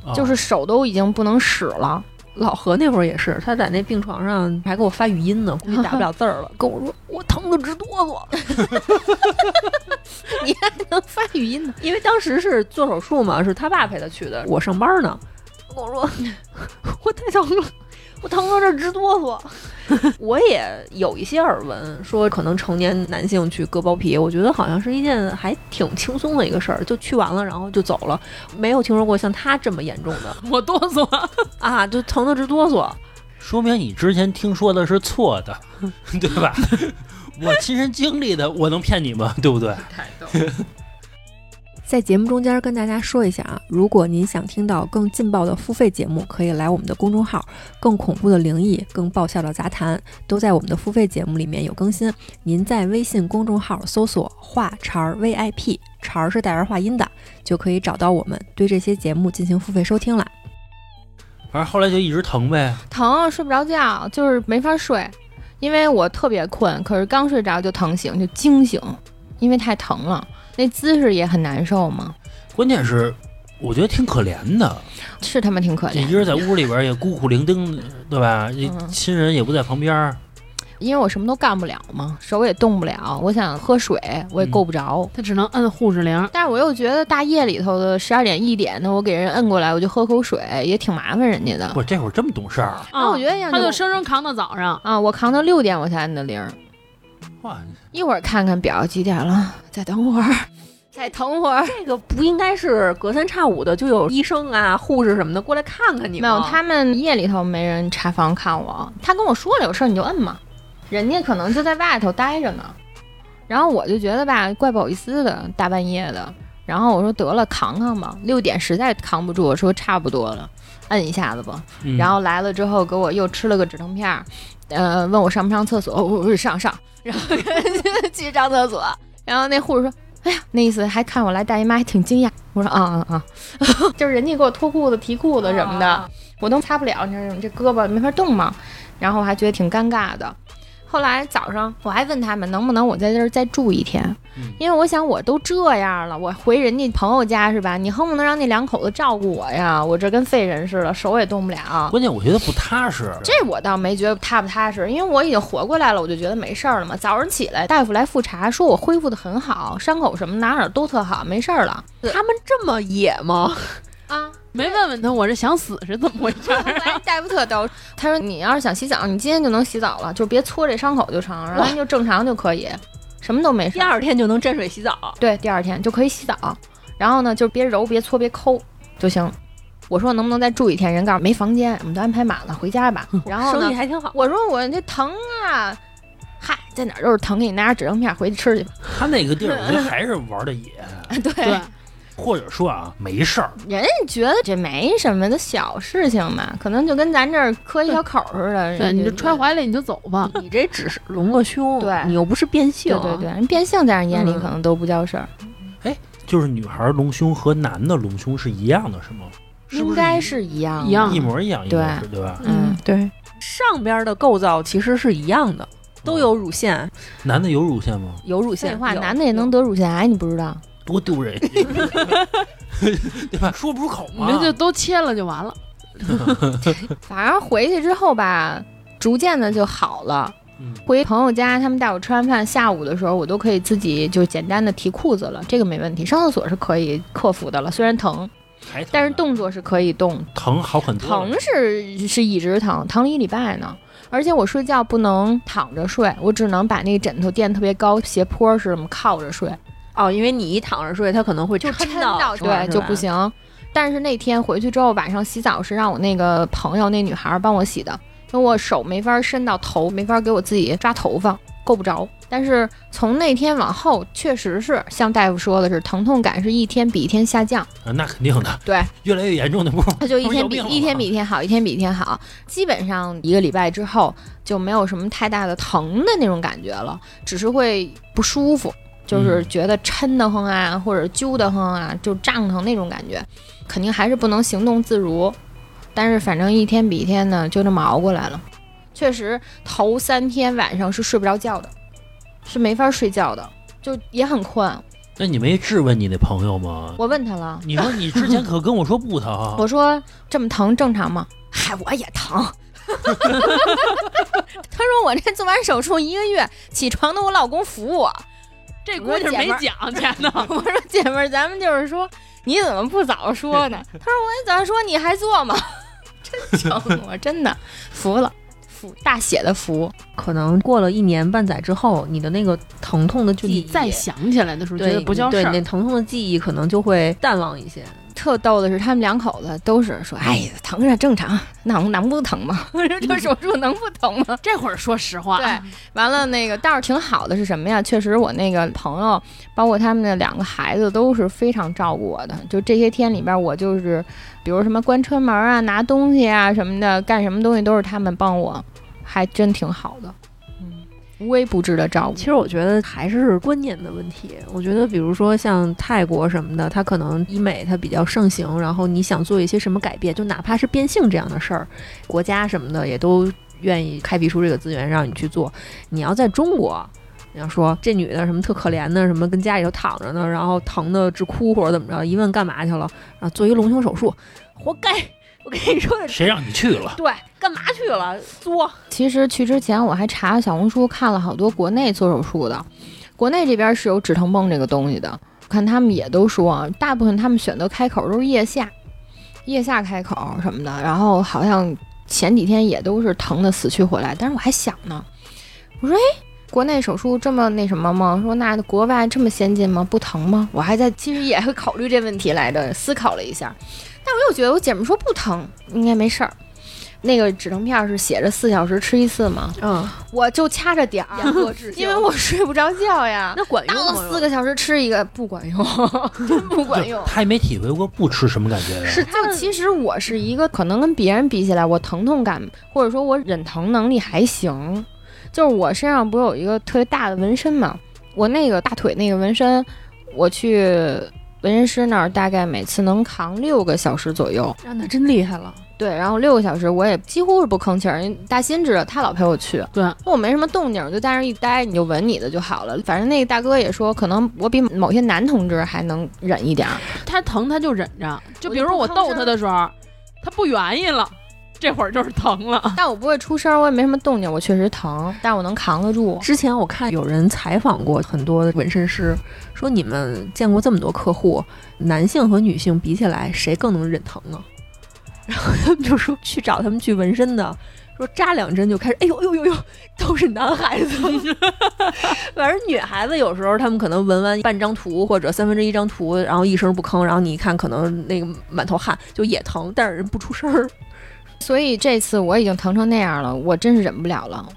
[SPEAKER 1] 哦
[SPEAKER 4] 就是手都已经不能使了。
[SPEAKER 2] 老何那会儿也是，他在那病床上还给我发语音呢，估计打不了字儿了，跟我说我疼的直哆嗦，
[SPEAKER 4] 你还能发语音呢？
[SPEAKER 2] 因为当时是做手 术嘛，是他爸陪他去的，我上班呢，跟我说我太疼了，我疼得这直哆嗦。 我也有一些耳闻，说可能成年男性去割包皮，我觉得好像是一件还挺轻松的一个事儿，就去完了然后就走了，没有听说过像他这么严重的
[SPEAKER 3] 我哆嗦，
[SPEAKER 2] 啊，就疼得直哆嗦。
[SPEAKER 1] 说明你之前听说的是错的， 对吧？我亲身经历的，我能骗你吗？对不对？
[SPEAKER 3] 太逗。
[SPEAKER 2] 在节目中间跟大家说一下啊，如果您想听到更劲爆的付费节目，可以来我们的公众号“更恐怖的灵异”、“更爆笑的杂谈”都在我们的付费节目里面有更新。您在微信公众号搜索“话茬儿 VIP”，茬儿是带儿化音的，就可以找到我们，对这些节目进行付费收听了。
[SPEAKER 1] 反正后来就一直疼呗。
[SPEAKER 4] 疼，睡不着觉，就是没法睡，因为我特别困，可是刚睡着就疼醒，就惊醒，因为太疼了，那姿势也很难受嘛，
[SPEAKER 1] 关键是，我觉得挺可怜的，
[SPEAKER 4] 是他妈挺可
[SPEAKER 1] 这
[SPEAKER 4] 怜
[SPEAKER 1] 一。人在屋里边儿也孤苦伶仃，对吧？这
[SPEAKER 4] 哎嗯
[SPEAKER 1] 亲人也不在旁边儿，
[SPEAKER 4] 因为我什么都干不了嘛，手也动不了，我想喝水
[SPEAKER 3] 嗯
[SPEAKER 4] 我也够不着。
[SPEAKER 3] 他只能摁护士铃，
[SPEAKER 4] 但是我又觉得大夜里头的十二点一点的，我给人摁过来，我就喝口水，也挺麻烦人家的。
[SPEAKER 1] 不是这会儿这么懂事儿，
[SPEAKER 4] 啊，我觉得
[SPEAKER 3] 哦他
[SPEAKER 4] 他
[SPEAKER 3] 就生生扛到早上。
[SPEAKER 4] 啊，我扛到六点我才摁的铃儿，
[SPEAKER 1] 哇，
[SPEAKER 4] 一会儿看看表几点了，再等会儿， 再等会儿。
[SPEAKER 2] 这个不应该是隔三差五的就有医生啊、护士什么的过来看看你
[SPEAKER 4] 没有，他们夜里头没人查房看我，他跟我说了有事儿你就摁嘛，人家可能就在外头待着呢。然后我就觉得吧，怪不好意思的，大半夜的。然后我说得了，扛扛吧，六点实在扛不住，我说差不多了，摁一下子吧。
[SPEAKER 1] 嗯
[SPEAKER 4] 然后来了之后给我又吃了个止疼片儿，呃，问我上不上厕所，我说上上，然后 去上厕所，然后那护士说。哎呀，那意思还看我来大姨妈，还挺惊讶。我说啊啊 啊，就是人家给我脱裤子、提裤子什么的，我都擦不了，你知道这胳膊没法动嘛。然后我还觉得挺尴尬的。后来早上我还问他们能不能我在这儿再住一天，
[SPEAKER 1] 嗯
[SPEAKER 4] 因为我想我都这样了，我回人家朋友家是吧？你恨不能让那两口子照顾我呀，我这跟废人似的，手也动不了。
[SPEAKER 1] 关键我觉得不踏实，
[SPEAKER 4] 这我倒没觉得踏不踏实，因为我已经活过来了，我就觉得没事儿了嘛。早上起来，大夫来复查，说我恢复的很好，伤口什么哪哪都特好，没事儿了
[SPEAKER 2] 他们这么野吗？
[SPEAKER 4] 啊。
[SPEAKER 3] 没问问他，我这想死是怎么回事
[SPEAKER 4] 后来大夫特逗，他说你要是想洗澡，你今天就能洗澡了，就别搓这伤口就成，然后你就正常就可以，什么都没事
[SPEAKER 2] 第
[SPEAKER 4] 儿。
[SPEAKER 2] 二天就能沾水洗澡？
[SPEAKER 4] 对，第二天就可以洗澡，然后呢就别揉、别搓、别抠就行。我说我能不能再住一天？人告诉没房间，我们都安排满了，回家 吧。然后呢
[SPEAKER 2] 生意，还挺好。
[SPEAKER 4] 我说我这疼啊，嗨，在哪儿都是疼，给你拿点止疼片回去吃去吧。
[SPEAKER 1] 他那个地儿，我觉得还是玩的野，
[SPEAKER 4] 对，
[SPEAKER 3] 对，
[SPEAKER 1] 或者说啊，没事儿，
[SPEAKER 4] 人家觉得这没什么的小事情嘛，可能就跟咱这儿磕一小口儿似的。
[SPEAKER 3] 对，
[SPEAKER 4] 人
[SPEAKER 3] 你
[SPEAKER 4] 家
[SPEAKER 3] 就揣。怀里你就走吧。
[SPEAKER 2] 你这只是隆个胸，
[SPEAKER 4] 对
[SPEAKER 2] 你又不是变性，
[SPEAKER 4] 对对对，人变性在人眼里
[SPEAKER 2] 嗯
[SPEAKER 4] 可能都不叫事儿，
[SPEAKER 1] 就是女孩隆胸和男的隆胸是一样的，是吗？是不
[SPEAKER 4] 应该是一样的
[SPEAKER 3] 一样
[SPEAKER 1] 一模一样，应
[SPEAKER 4] 对
[SPEAKER 1] 该是对吧？
[SPEAKER 4] 嗯，
[SPEAKER 2] 对，上边的构造其实是一样的，都有乳腺，
[SPEAKER 1] 嗯男的有乳腺吗？
[SPEAKER 2] 有乳腺
[SPEAKER 4] 废，话，
[SPEAKER 2] 有
[SPEAKER 4] 男的也能。得乳腺癌，你不知道？
[SPEAKER 1] 多丢人， 对吧？说不出口
[SPEAKER 3] 你
[SPEAKER 1] 嘛。
[SPEAKER 3] 这就都切了就完了。
[SPEAKER 4] 反正回去之后吧，逐渐的就好了。
[SPEAKER 1] 嗯
[SPEAKER 4] 回朋友家，他们带我吃完饭，下午的时候我都可以自己就简单的提裤子了，这个没问题。上厕所是可以克服的了，虽然疼，
[SPEAKER 1] 还疼呢啊
[SPEAKER 4] 但是动作是可以动的
[SPEAKER 1] 疼好很多了，
[SPEAKER 4] 疼是是一直疼，疼了一礼拜呢。而且我睡觉不能躺着睡，我只能把那个枕头垫特别高，斜坡似的我们靠着睡，
[SPEAKER 2] 哦，因为你一躺着睡，它可能会
[SPEAKER 4] 就
[SPEAKER 2] 抻
[SPEAKER 4] 到
[SPEAKER 2] 是吧
[SPEAKER 4] 对就不。
[SPEAKER 2] 是吧
[SPEAKER 4] 行。但是那天回去之后，晚上洗澡是让我那个朋友那女孩帮我洗的，因为我手没法伸到头，没法给我自己抓头发，够不着。但是从那天往后，确实是像大夫说的是，疼痛感是一天比一天下降。
[SPEAKER 1] 啊那肯定的，
[SPEAKER 4] 对，
[SPEAKER 1] 越来越严重的不 是
[SPEAKER 4] 他就一天比
[SPEAKER 1] 他们有病了
[SPEAKER 4] 一天比一天好，一天比一天好，基本上一个礼拜之后就没有什么太大的疼的那种感觉了，只是会不舒服，就是
[SPEAKER 1] 嗯
[SPEAKER 4] 觉得抻得慌啊，或者揪得慌啊，就胀疼那种感觉，肯定还是不能行动自如，但是反正一天比一天呢，就这么熬过来了。确实，头三天晚上是睡不着觉的，是没法睡觉的，就也很困。
[SPEAKER 1] 那你没质问你那朋友吗？
[SPEAKER 4] 我问他了，
[SPEAKER 1] 你说你之前可跟我说不疼啊，
[SPEAKER 4] 我说这么疼正常吗？嗨，我也疼。他说我这做完手术一个月，起床都我老公扶我。
[SPEAKER 3] 这估计是没讲，天呐。
[SPEAKER 4] 我说姐们儿，咱们就是说，你怎么不早说呢？他说我也早说，你还做吗？ 行，我真的服了，服大写的服。
[SPEAKER 2] 可能过了一年半载之后，你的那个疼痛的就
[SPEAKER 3] 你再想起来的时候，觉
[SPEAKER 2] 对
[SPEAKER 3] 得不叫事
[SPEAKER 2] 对你
[SPEAKER 3] 儿
[SPEAKER 2] 那。疼痛的记忆可能就会淡忘一些。
[SPEAKER 4] 特逗的是，他们两口子都是说：“哎，疼是正常，能能不疼吗？ 这手术能不疼吗？”
[SPEAKER 3] 这会儿说实话，啊
[SPEAKER 4] 对，完了那个倒是挺好的是什么呀？确实，我那个朋友，包括他们的两个孩子都是非常照顾我的。就这些天里边，我就是比如什么关车门啊、拿东西啊什么的，干什么东西都是他们帮我，还真挺好的，嗯，无微不至的照顾
[SPEAKER 2] 其。实我觉得还是观念的问题。我觉得，比如说像泰国什么的，它可能医美它比较盛行，然后你想做一些什么改变，就哪怕是变性这样的事儿，国家什么的也都愿意开辟出这个资源让你去做。你要在中国。你要说这女的什么特可怜的，什么跟家里头躺着呢，然后疼的直哭或者怎么着，一问干嘛去了，然后做一隆胸手术，活该！我跟你说的，
[SPEAKER 1] 谁让你去了？
[SPEAKER 2] 对，干嘛去了？作。
[SPEAKER 4] 其实去之前我还查小红书看了好多国内做手术的，国内这边是有止疼泵这个东西的，看他们也都说啊，大部分他们选择开口都是腋下，腋下开口什么的，然后好像前几天也都是疼的死去活来，但是我还想呢，我说哎。国内手术这么那什么吗？说那国外这么先进吗？不疼吗？我还在其实也会考虑这问题来着，思考了一下，但我又觉得我姐们说不疼，应该没事儿。那个止疼片是写着四小时吃一次吗？
[SPEAKER 2] 嗯，
[SPEAKER 4] 我就掐着点儿，
[SPEAKER 2] 作 治
[SPEAKER 4] 因为我睡不着觉呀。
[SPEAKER 2] 那管用
[SPEAKER 4] 到
[SPEAKER 2] 吗？
[SPEAKER 4] 了四个小时吃一个不管用， 真不管用
[SPEAKER 1] 就。他也没体会过不吃什么感觉呀。
[SPEAKER 2] 是他
[SPEAKER 4] 就
[SPEAKER 2] 们
[SPEAKER 4] 其实我是一个可能跟别人比起来，我疼痛感或者说我忍疼能力还行。就是我身上不是有一个特别大的纹身嘛，我那个大腿那个纹身，我去纹身师那儿大概每次能扛六个小时左右。
[SPEAKER 2] 啊，那真厉害了。
[SPEAKER 4] 对，然后六个小时我也几乎是不吭气儿，因为大新知道他老陪我去，
[SPEAKER 3] 对
[SPEAKER 4] 那我没什么动静，我就在那儿一待，你就闻你的就好了。反正那个大哥也说，可能我比某些男同志还能忍一点儿。
[SPEAKER 3] 他疼他就忍着，就
[SPEAKER 4] 我
[SPEAKER 3] 比
[SPEAKER 4] 就
[SPEAKER 3] 如说
[SPEAKER 4] 不
[SPEAKER 3] 我
[SPEAKER 4] 吭
[SPEAKER 3] 逗
[SPEAKER 4] 声
[SPEAKER 3] 他的时候， 他不愿意了，这会儿就是疼了。
[SPEAKER 4] 但我不会出声，我也没什么动静，我确实疼，但我能扛得住。
[SPEAKER 2] 之前我看有人采访过很多的纹身师，说你们见过这么多客户，男性和女性比起来，谁更能忍疼呢？ 然后他们就说去找他们去纹身的，说扎两针就开始，哎呦哎呦呦呦，都是男孩子。 反正女孩子有时候他们可能纹完半张图或者三分之一张图，然后一声不吭，然后你一看可能那个满头汗就也疼，但是人不出声儿。
[SPEAKER 4] 所以这次我已经疼成那样了，我真是忍不了了，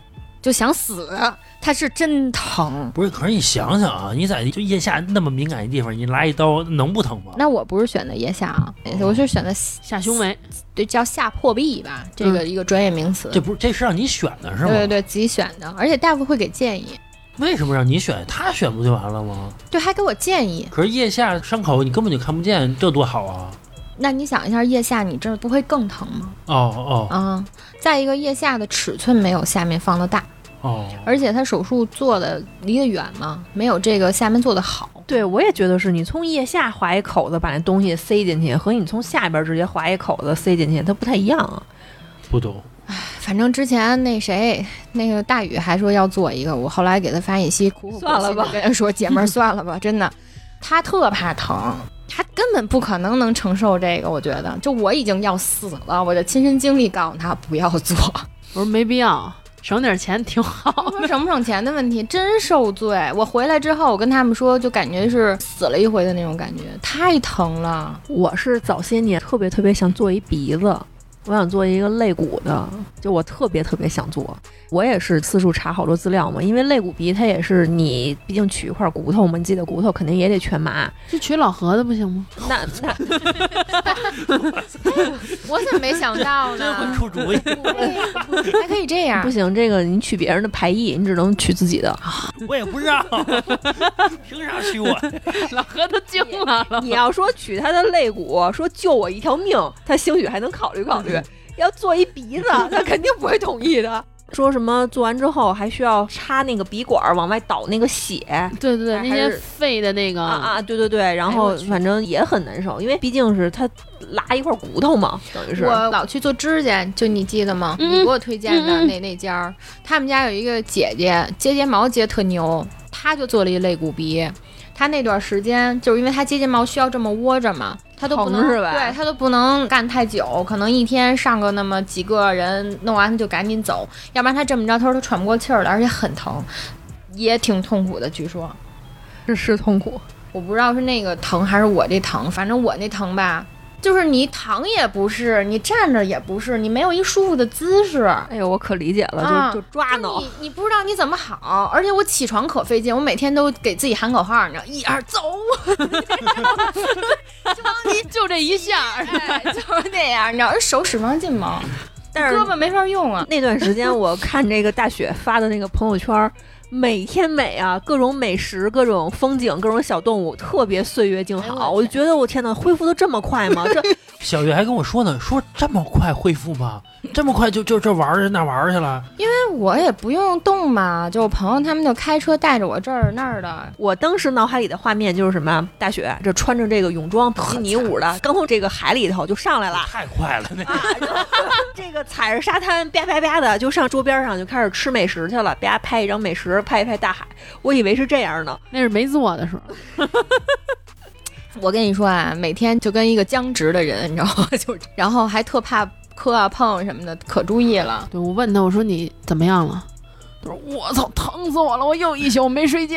[SPEAKER 4] 就想死。啊他是真疼。
[SPEAKER 1] 不是，可是你想想啊，你在就腋下那么敏感的地方，你来一刀能不疼吗？
[SPEAKER 4] 那我不是选的腋下啊，我是选的
[SPEAKER 3] 下胸 围，
[SPEAKER 4] 对叫下破壁吧，这个一个专业名词。
[SPEAKER 1] 这不是这是让你选的是吗？
[SPEAKER 4] 对对对，自己选的，而且大夫会给建议，
[SPEAKER 1] 为什么让你选？他选不就完了吗？
[SPEAKER 4] 对，还给我建议。
[SPEAKER 1] 可是腋下伤口你根本就看不见，这多好啊！
[SPEAKER 4] 那你想一下，腋下你这不会更疼吗？
[SPEAKER 1] 哦哦
[SPEAKER 4] 啊、再一个，腋下的尺寸没有下面放的大，
[SPEAKER 1] 哦，
[SPEAKER 4] 而且他手术做的离得远嘛，没有这个下面做的好。
[SPEAKER 2] 对，我也觉得是你从腋下划一口子把那东西塞进去，和你从下边直接划一口子塞进去，它不太一样啊。
[SPEAKER 1] 不懂。
[SPEAKER 4] 反正之前那谁，那个大宇还说要做一个，我后来给他发信息，苦苦
[SPEAKER 2] 算了吧
[SPEAKER 4] 心地跟他说姐们儿算了吧，真的，他特怕疼。他根本不可能能承受这个，我觉得，就我已经要死了，我的亲身经历告诉他不要做。
[SPEAKER 3] 我说没必要，省点钱挺好。
[SPEAKER 4] 不是哦省不省钱的问题，真受罪。我回来之后，我跟他们说，就感觉是死了一回的那种感觉，太疼了。
[SPEAKER 2] 我是早些年特别特别想做一鼻子，我想做一个肋骨的，就我特别特别想做。我也是四处查好多资料嘛，因为肋骨鼻它也是你毕竟取一块骨头嘛，你自己的骨头肯定也得全麻。
[SPEAKER 3] 就娶老何的不行吗？
[SPEAKER 2] 那那
[SPEAKER 4] 我怎么没想到
[SPEAKER 1] 真会
[SPEAKER 4] 呢？
[SPEAKER 1] 出主意，
[SPEAKER 4] 还可以这样
[SPEAKER 2] 不。行，这个你取别人的排异，你只能取自己的。
[SPEAKER 1] 我也不 知道，凭啥娶我？
[SPEAKER 3] 老何都惊了， 老
[SPEAKER 2] 你要说取他的肋骨，说救我一条命，他兴许还能考虑考虑。要做一鼻子，他肯定不会同意的。 说什么做完之后还需要插那个鼻管儿往外倒那个血
[SPEAKER 3] 对对对，那
[SPEAKER 2] 还
[SPEAKER 3] 些
[SPEAKER 2] 是
[SPEAKER 3] 肺的那个
[SPEAKER 2] 啊啊！对对对，然
[SPEAKER 4] 哎
[SPEAKER 2] 后
[SPEAKER 4] 我去
[SPEAKER 2] 反正也很难受，因为毕竟是他拉一块骨头嘛，等于是。
[SPEAKER 4] 我老去做指甲，就你记得吗？
[SPEAKER 3] 嗯
[SPEAKER 4] 你给我推荐的
[SPEAKER 3] 嗯嗯
[SPEAKER 4] 那那家儿，他们家有一个姐姐，接睫毛接特牛，她就做了一肋骨鼻。她那段时间就是因为她接睫毛需要这么窝着嘛，他都不能
[SPEAKER 2] 疼是吧
[SPEAKER 4] 对他都不能干太久，可能一天上个那么几个人，弄完他就赶紧走，要不然他这么着，他说他喘不过气儿了，而且很疼，也挺痛苦的。据说
[SPEAKER 2] 这是痛苦。
[SPEAKER 4] 我不知道是那个疼还是我这疼，反正我那疼吧，就是你躺也不是，你站着也不是，你没有一舒服的姿势。
[SPEAKER 2] 哎呦，我可理解了，就、
[SPEAKER 4] 啊
[SPEAKER 2] 就抓挠
[SPEAKER 4] 你，你不知道你怎么好，而且我起床可费劲，我每天都给自己喊口号，你知道，一二走，就往你
[SPEAKER 3] 就这一下儿，
[SPEAKER 4] 哎，就是那样，你知道，手使不上劲嘛，
[SPEAKER 2] 但是
[SPEAKER 4] 胳膊没法用啊。
[SPEAKER 2] 那段时间我看这个大雪发的那个朋友圈儿，每天美啊，各种美食、各种风景、各种小动物，特别岁月静
[SPEAKER 4] 哎
[SPEAKER 2] 好。
[SPEAKER 4] 呦
[SPEAKER 2] 我就觉得我天呐，恢复的这么快吗？ 这
[SPEAKER 1] 小月还跟我说呢，说这么快恢复吗？这么快就就这玩儿去那玩儿去 了？
[SPEAKER 4] 我也不用动嘛，就我朋友他们就开车带着我这儿那儿的，
[SPEAKER 2] 我当时脑海里的画面就是什么？大雪这穿着这个泳装比基尼舞的，刚从这个海里头就上来了。
[SPEAKER 1] 太快了，那
[SPEAKER 2] 啊，然后 这个踩着沙滩啪啪啪的就上桌边上就开始吃美食去了，啪拍一张美食，拍一拍大海，我以为是这样呢。
[SPEAKER 3] 那是没做的时候。
[SPEAKER 4] 我跟你说啊，每天就跟一个僵直的人，你知道吗？ 就是，然后还特怕磕啊碰什么的，可注意了。
[SPEAKER 3] 对我问他，我说你怎么样了？他说我操，疼死我了！我又一宿没 睡觉。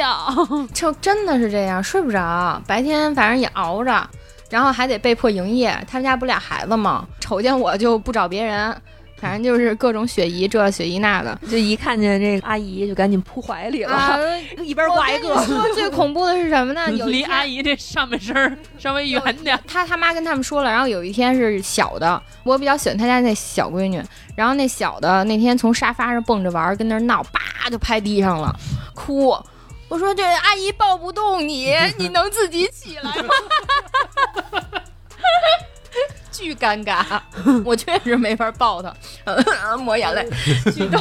[SPEAKER 4] 就真的是这样，睡不着，白天反正也熬着，然后还得被迫营业。他们家不俩孩子嘛，瞅见我就不找别人，反正就是各种雪姨这雪姨那的。
[SPEAKER 2] 就一看见这个阿姨就赶紧扑怀里了，
[SPEAKER 4] 啊，
[SPEAKER 2] 一边挂一个
[SPEAKER 4] 我。跟 你说最恐怖的是什么呢？有一
[SPEAKER 3] 离
[SPEAKER 4] 天
[SPEAKER 3] 阿姨这上半身儿稍微远点儿。
[SPEAKER 4] 他他妈跟他们说了，然后有一天是小的，我比较喜欢他家那小闺女，然后那小的那天从沙发上蹦着玩儿，跟那儿闹，叭就拍地上了，哭。我说这阿姨抱不动你，你能自己起来吗？巨尴尬，我确实没法抱他，抹眼泪，巨逗。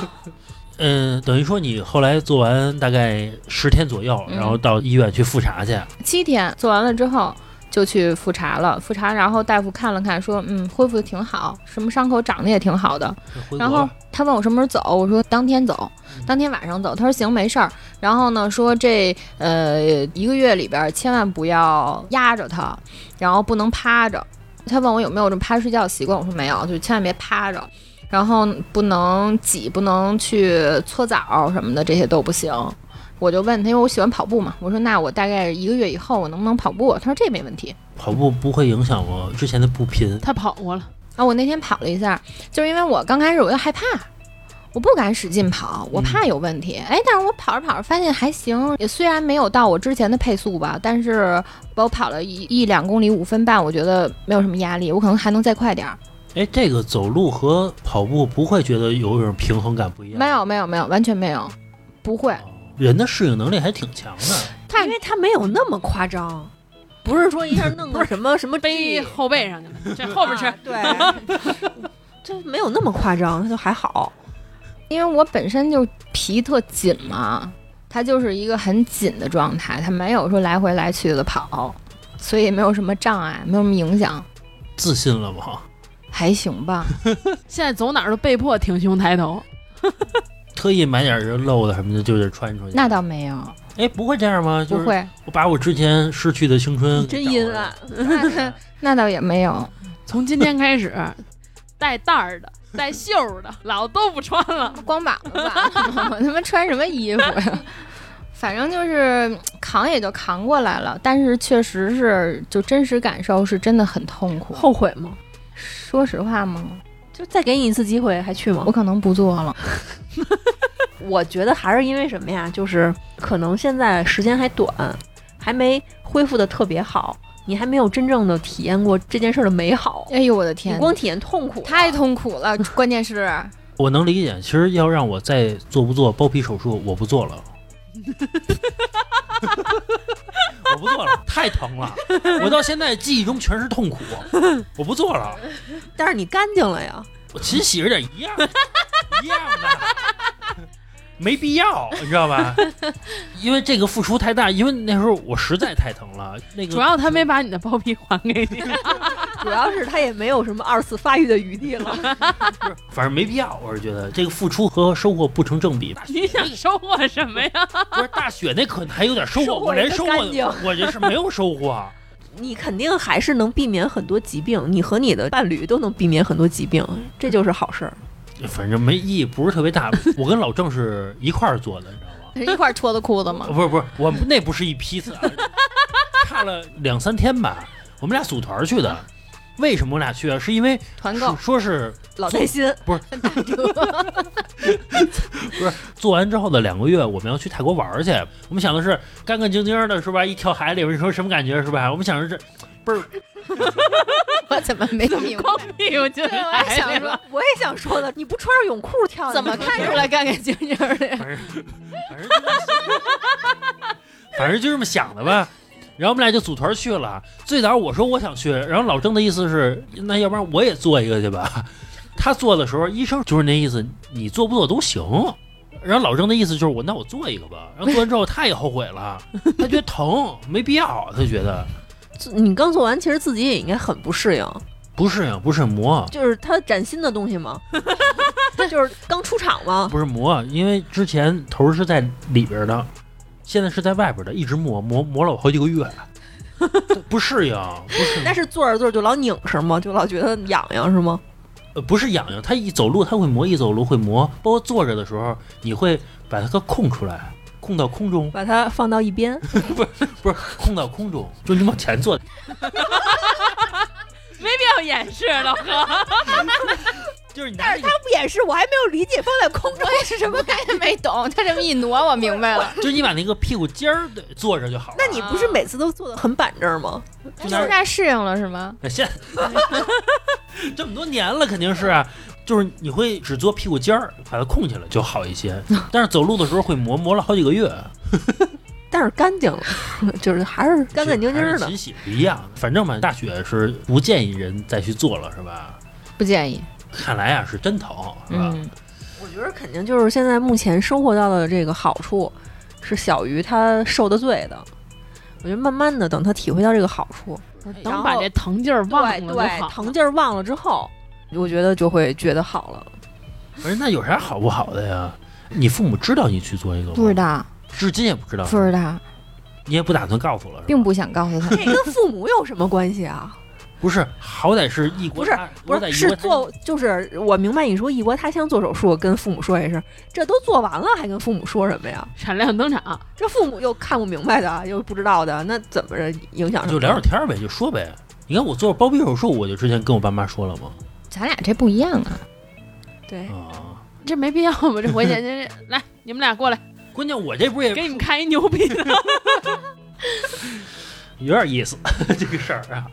[SPEAKER 1] 嗯，等于说你后来做完大概十天左右，
[SPEAKER 4] 嗯
[SPEAKER 1] 然后到医院去复查去，
[SPEAKER 4] 七天做完了之后就去复查了，复查然后大夫看了看说，嗯，恢复的挺好，什么伤口长得也挺好的，
[SPEAKER 1] 回国
[SPEAKER 4] 然后他问我什么时候走，我说当天走
[SPEAKER 1] 嗯，
[SPEAKER 4] 当天晚上走。他说行，没事儿。然后呢，说这呃一个月里边儿千万不要压着他，然后不能趴着。他问我有没有这么趴着睡觉的习惯，我说没有，就千万别趴着。然后不能挤，不能去搓澡什么的，这些都不行。我就问他，因为我喜欢跑步嘛，我说那我大概一个月以后我能不能跑步？他说这没问题。
[SPEAKER 1] 跑步不会影响我之前的步频，
[SPEAKER 3] 他跑过了，
[SPEAKER 4] 啊，我那天跑了一下，就是因为我刚开始我就害怕，我不敢使劲跑，
[SPEAKER 1] 嗯
[SPEAKER 4] 我怕有问题。哎，但是我跑着跑着发现还行，也虽然没有到我之前的配速吧，但是我跑了一一两公里五分半，我觉得没有什么压力，我可能还能再快点儿。
[SPEAKER 1] 哎，这个走路和跑步不会觉得有一种平衡感不一样，
[SPEAKER 4] 没有，没有，没有，完全没有，不会。
[SPEAKER 1] 人的适应能力还挺强的，
[SPEAKER 4] 太
[SPEAKER 2] 因为他没有那么夸张，不是说一下弄个什么什么
[SPEAKER 3] 背
[SPEAKER 2] 地
[SPEAKER 3] 后背上去了，这后边吃。
[SPEAKER 2] 啊对，这没有那么夸张，他就还好。
[SPEAKER 4] 因为我本身就皮特紧嘛，它就是一个很紧的状态，它没有说来回来去的跑，所以也没有什么障碍，没有什么影响，
[SPEAKER 1] 自信了吗？
[SPEAKER 4] 还行吧。
[SPEAKER 3] 现在走哪儿都被迫挺胸抬头。
[SPEAKER 1] 特意买点人露的什么的，就得穿出去。
[SPEAKER 4] 那倒没有，
[SPEAKER 1] 哎，不会这样吗？
[SPEAKER 4] 不
[SPEAKER 1] 就是
[SPEAKER 4] 会，
[SPEAKER 1] 我把我之前失去的青春给
[SPEAKER 2] 真
[SPEAKER 1] 找
[SPEAKER 2] 阴
[SPEAKER 1] 回来
[SPEAKER 2] 暗，
[SPEAKER 4] 那倒也没有。
[SPEAKER 3] 从今天开始，带带儿的、 带袖儿的，老子都不穿了。
[SPEAKER 4] 光膀子吧，我他妈穿什么衣服呀？ 反正就是扛也就扛过来了，但是确实是就真实感受是真的很痛苦。
[SPEAKER 2] 后悔吗？
[SPEAKER 4] 说实话吗？
[SPEAKER 2] 就再给你一次机会，还去吗
[SPEAKER 4] 我？可能不做了。
[SPEAKER 2] 我觉得还是因为什么呀？就是可能现在时间还短，还没恢复的特别好，你还没有真正的体验过这件事儿的美好。
[SPEAKER 4] 哎呦我的
[SPEAKER 2] 你
[SPEAKER 4] 天，
[SPEAKER 2] 光体验痛苦了，
[SPEAKER 4] 太痛苦了，关键是
[SPEAKER 1] 我能理解，其实要让我再做不做包皮手术，我不做了。我不做了，太疼了，我到现在记忆中全是痛苦，我不做了。
[SPEAKER 2] 但是你干净了呀。
[SPEAKER 1] 我其实洗着点一样，一样的，没必要，你知道吧？因为这个付出太大，因为那时候我实在太疼了。那个
[SPEAKER 3] 主要他没把你的包皮还给你，
[SPEAKER 2] 主要是他也没有什么二次发育的余地了。
[SPEAKER 1] 反正没必要，我是觉得这个付出和收获不成正比。
[SPEAKER 3] 你想收获什 么呀？
[SPEAKER 1] 不是大雪那可能还有点收
[SPEAKER 2] 收
[SPEAKER 1] 获，
[SPEAKER 2] 获
[SPEAKER 1] 我连
[SPEAKER 2] 一个
[SPEAKER 1] 收获
[SPEAKER 2] 干净
[SPEAKER 1] 我这是没有收获。啊
[SPEAKER 2] 你肯定还是能避免很多疾病，你和你的伴侣都能避免很多疾病，这就是好事儿。
[SPEAKER 1] 反正没意义，不是特别大。我跟老郑是一块儿做的，你知道吗？
[SPEAKER 4] 是一块儿脱的裤子吗？
[SPEAKER 1] 不是不是，我们那不是一批次啊，差了两三天吧。我们俩组团去的，为什么我俩去啊？是因为
[SPEAKER 4] 团
[SPEAKER 1] 说
[SPEAKER 4] 购
[SPEAKER 1] 说是
[SPEAKER 2] 老带心，
[SPEAKER 1] 做完之后的两个月，我们要去泰国玩儿去。我们想的是干干净净的，是吧？一跳海里边，你说什么感觉是吧？我们想的是倍儿
[SPEAKER 4] 我怎么没明白？
[SPEAKER 3] 屁股进
[SPEAKER 4] 对，我还想说，
[SPEAKER 2] 我也想说的，你不穿着泳裤跳，
[SPEAKER 4] 怎么看出来干干净净 的？
[SPEAKER 1] 反正反正就是反正就这么想的吧。然后我们俩就组团去了。最早我说我想去，然后老郑的意思是，那要不然我也做一个去吧。他做的时候，医生就是那意思，你做不做都行。然后老郑的意思就是我那我做一个吧。然后做完之后，他也后悔了，他觉得疼，没必要，他觉得
[SPEAKER 2] 你刚做完，其实自己也应该很不适应，
[SPEAKER 1] 不是呀，不是磨，
[SPEAKER 2] 就是它崭新的东西 嘛，就是刚出厂嘛，
[SPEAKER 1] 不是磨，因为之前头是在里边的，现在是在外边的，一直磨磨磨了我好几 个月，不适应，不适应。
[SPEAKER 2] 但是坐着坐着就老拧是吗？就老觉得痒痒是吗？
[SPEAKER 1] 呃，不是痒痒，它一走路它会磨，一走路会磨，包括坐着的时候，你会把它给空出来，空到空中，
[SPEAKER 2] 把它放到一边，
[SPEAKER 1] 不是空到空中，就你往前坐，
[SPEAKER 3] 没必要掩饰了，
[SPEAKER 1] 就是你拿着一个，
[SPEAKER 2] 不掩饰，我还没有理解放在空中是什么感觉。
[SPEAKER 4] 真没懂，他这么一挪，我明白了，
[SPEAKER 1] 就是你把那个屁股尖儿对坐着就好了。
[SPEAKER 2] 那你不是每次都坐的很板正吗？
[SPEAKER 1] 就
[SPEAKER 4] 现
[SPEAKER 1] 拿着
[SPEAKER 4] 在适应了是吗？
[SPEAKER 1] 那现 这么多年了，肯定是啊，就是你会只坐屁股尖儿，把它空起来就好一 些。但是走路的时候会磨，磨了好几个月，
[SPEAKER 2] 但是干净了， 就是还是干干净净
[SPEAKER 1] 还是
[SPEAKER 2] 的。
[SPEAKER 1] 勤洗不一样。反正嘛，大雪是不建议人再去做了，是吧？
[SPEAKER 4] 不建议。
[SPEAKER 1] 看来啊是真疼，是吧？
[SPEAKER 4] 嗯，
[SPEAKER 2] 我觉得肯定就是现在目前收获到的这个好处，是小于他受的罪的。我觉得慢慢的，等他体会到这个好处，然
[SPEAKER 3] 等
[SPEAKER 2] 后
[SPEAKER 3] 把这疼劲儿忘了
[SPEAKER 2] 对
[SPEAKER 3] 就好
[SPEAKER 2] 对，疼劲儿忘了之后，我觉得就会觉得好了。
[SPEAKER 1] 不是，那有啥好不好的呀？你父母知道你去做一个吗？
[SPEAKER 4] 不知，道，
[SPEAKER 1] 至今也不知道，
[SPEAKER 4] 不知道，
[SPEAKER 1] 你也不打算告诉我了，是吧？
[SPEAKER 4] 并不想告 诉他。
[SPEAKER 2] 这跟父母有什么关系啊？
[SPEAKER 1] 不是，好歹是异国
[SPEAKER 2] 不是
[SPEAKER 1] 他，
[SPEAKER 2] 不
[SPEAKER 1] 我在
[SPEAKER 2] 是，
[SPEAKER 1] 异国
[SPEAKER 2] 是
[SPEAKER 1] 他
[SPEAKER 2] 做就是我明白你说异国他乡做手术，跟父母说一声，这都做完了还跟父母说什么呀？
[SPEAKER 3] 闪亮登场，
[SPEAKER 2] 这父母又看不明白的，又不知道的，那怎么着影响什么？
[SPEAKER 1] 就聊聊天儿呗，就说呗。你看我做包皮手术，我就之前跟我爸妈说了嘛，
[SPEAKER 4] 咱俩这不一样 啊，
[SPEAKER 2] 对，
[SPEAKER 1] 啊，
[SPEAKER 3] 这没必要吧？这回去这这来，你们俩过来，
[SPEAKER 1] 关键我这不是也
[SPEAKER 3] 给你们看一牛逼的。
[SPEAKER 1] 有点意思， 这个事儿啊。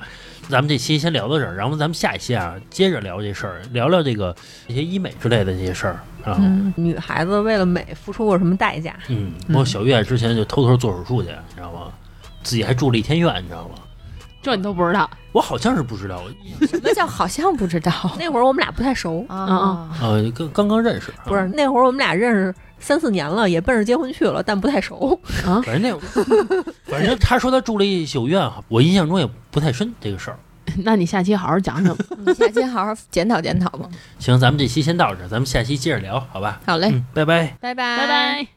[SPEAKER 1] 咱们这期先聊到这儿，然后咱们下一期啊，接着聊这事儿，聊聊这个这些医美之类的这些事儿啊。
[SPEAKER 2] 嗯，女孩子为了美付出过什么代价？
[SPEAKER 1] 嗯，我小月之前就偷偷做手术去，你知道吗？自己还住了一天院，你知道吗？
[SPEAKER 3] 这你都不知道，
[SPEAKER 1] 我好像是不知道，我
[SPEAKER 4] 什么叫好像不知 道
[SPEAKER 2] 那会儿我们俩不太熟，
[SPEAKER 4] 啊？
[SPEAKER 1] 呃，刚刚刚认识，啊
[SPEAKER 2] 不是那会儿我们俩认识三四年了，也奔着结婚去了，但不太熟。
[SPEAKER 1] 反正那会儿，反正他说他住了一宿院啊，我印象中也不太深这个事儿。
[SPEAKER 3] 那你下期好好讲讲吧。
[SPEAKER 4] 你下期好好检讨检讨吧。
[SPEAKER 1] 行，咱们这期先到这儿，咱们下期接着聊，好吧？
[SPEAKER 2] 哎
[SPEAKER 4] 好嘞，
[SPEAKER 1] 嗯，拜拜。
[SPEAKER 4] 拜拜
[SPEAKER 3] 拜拜。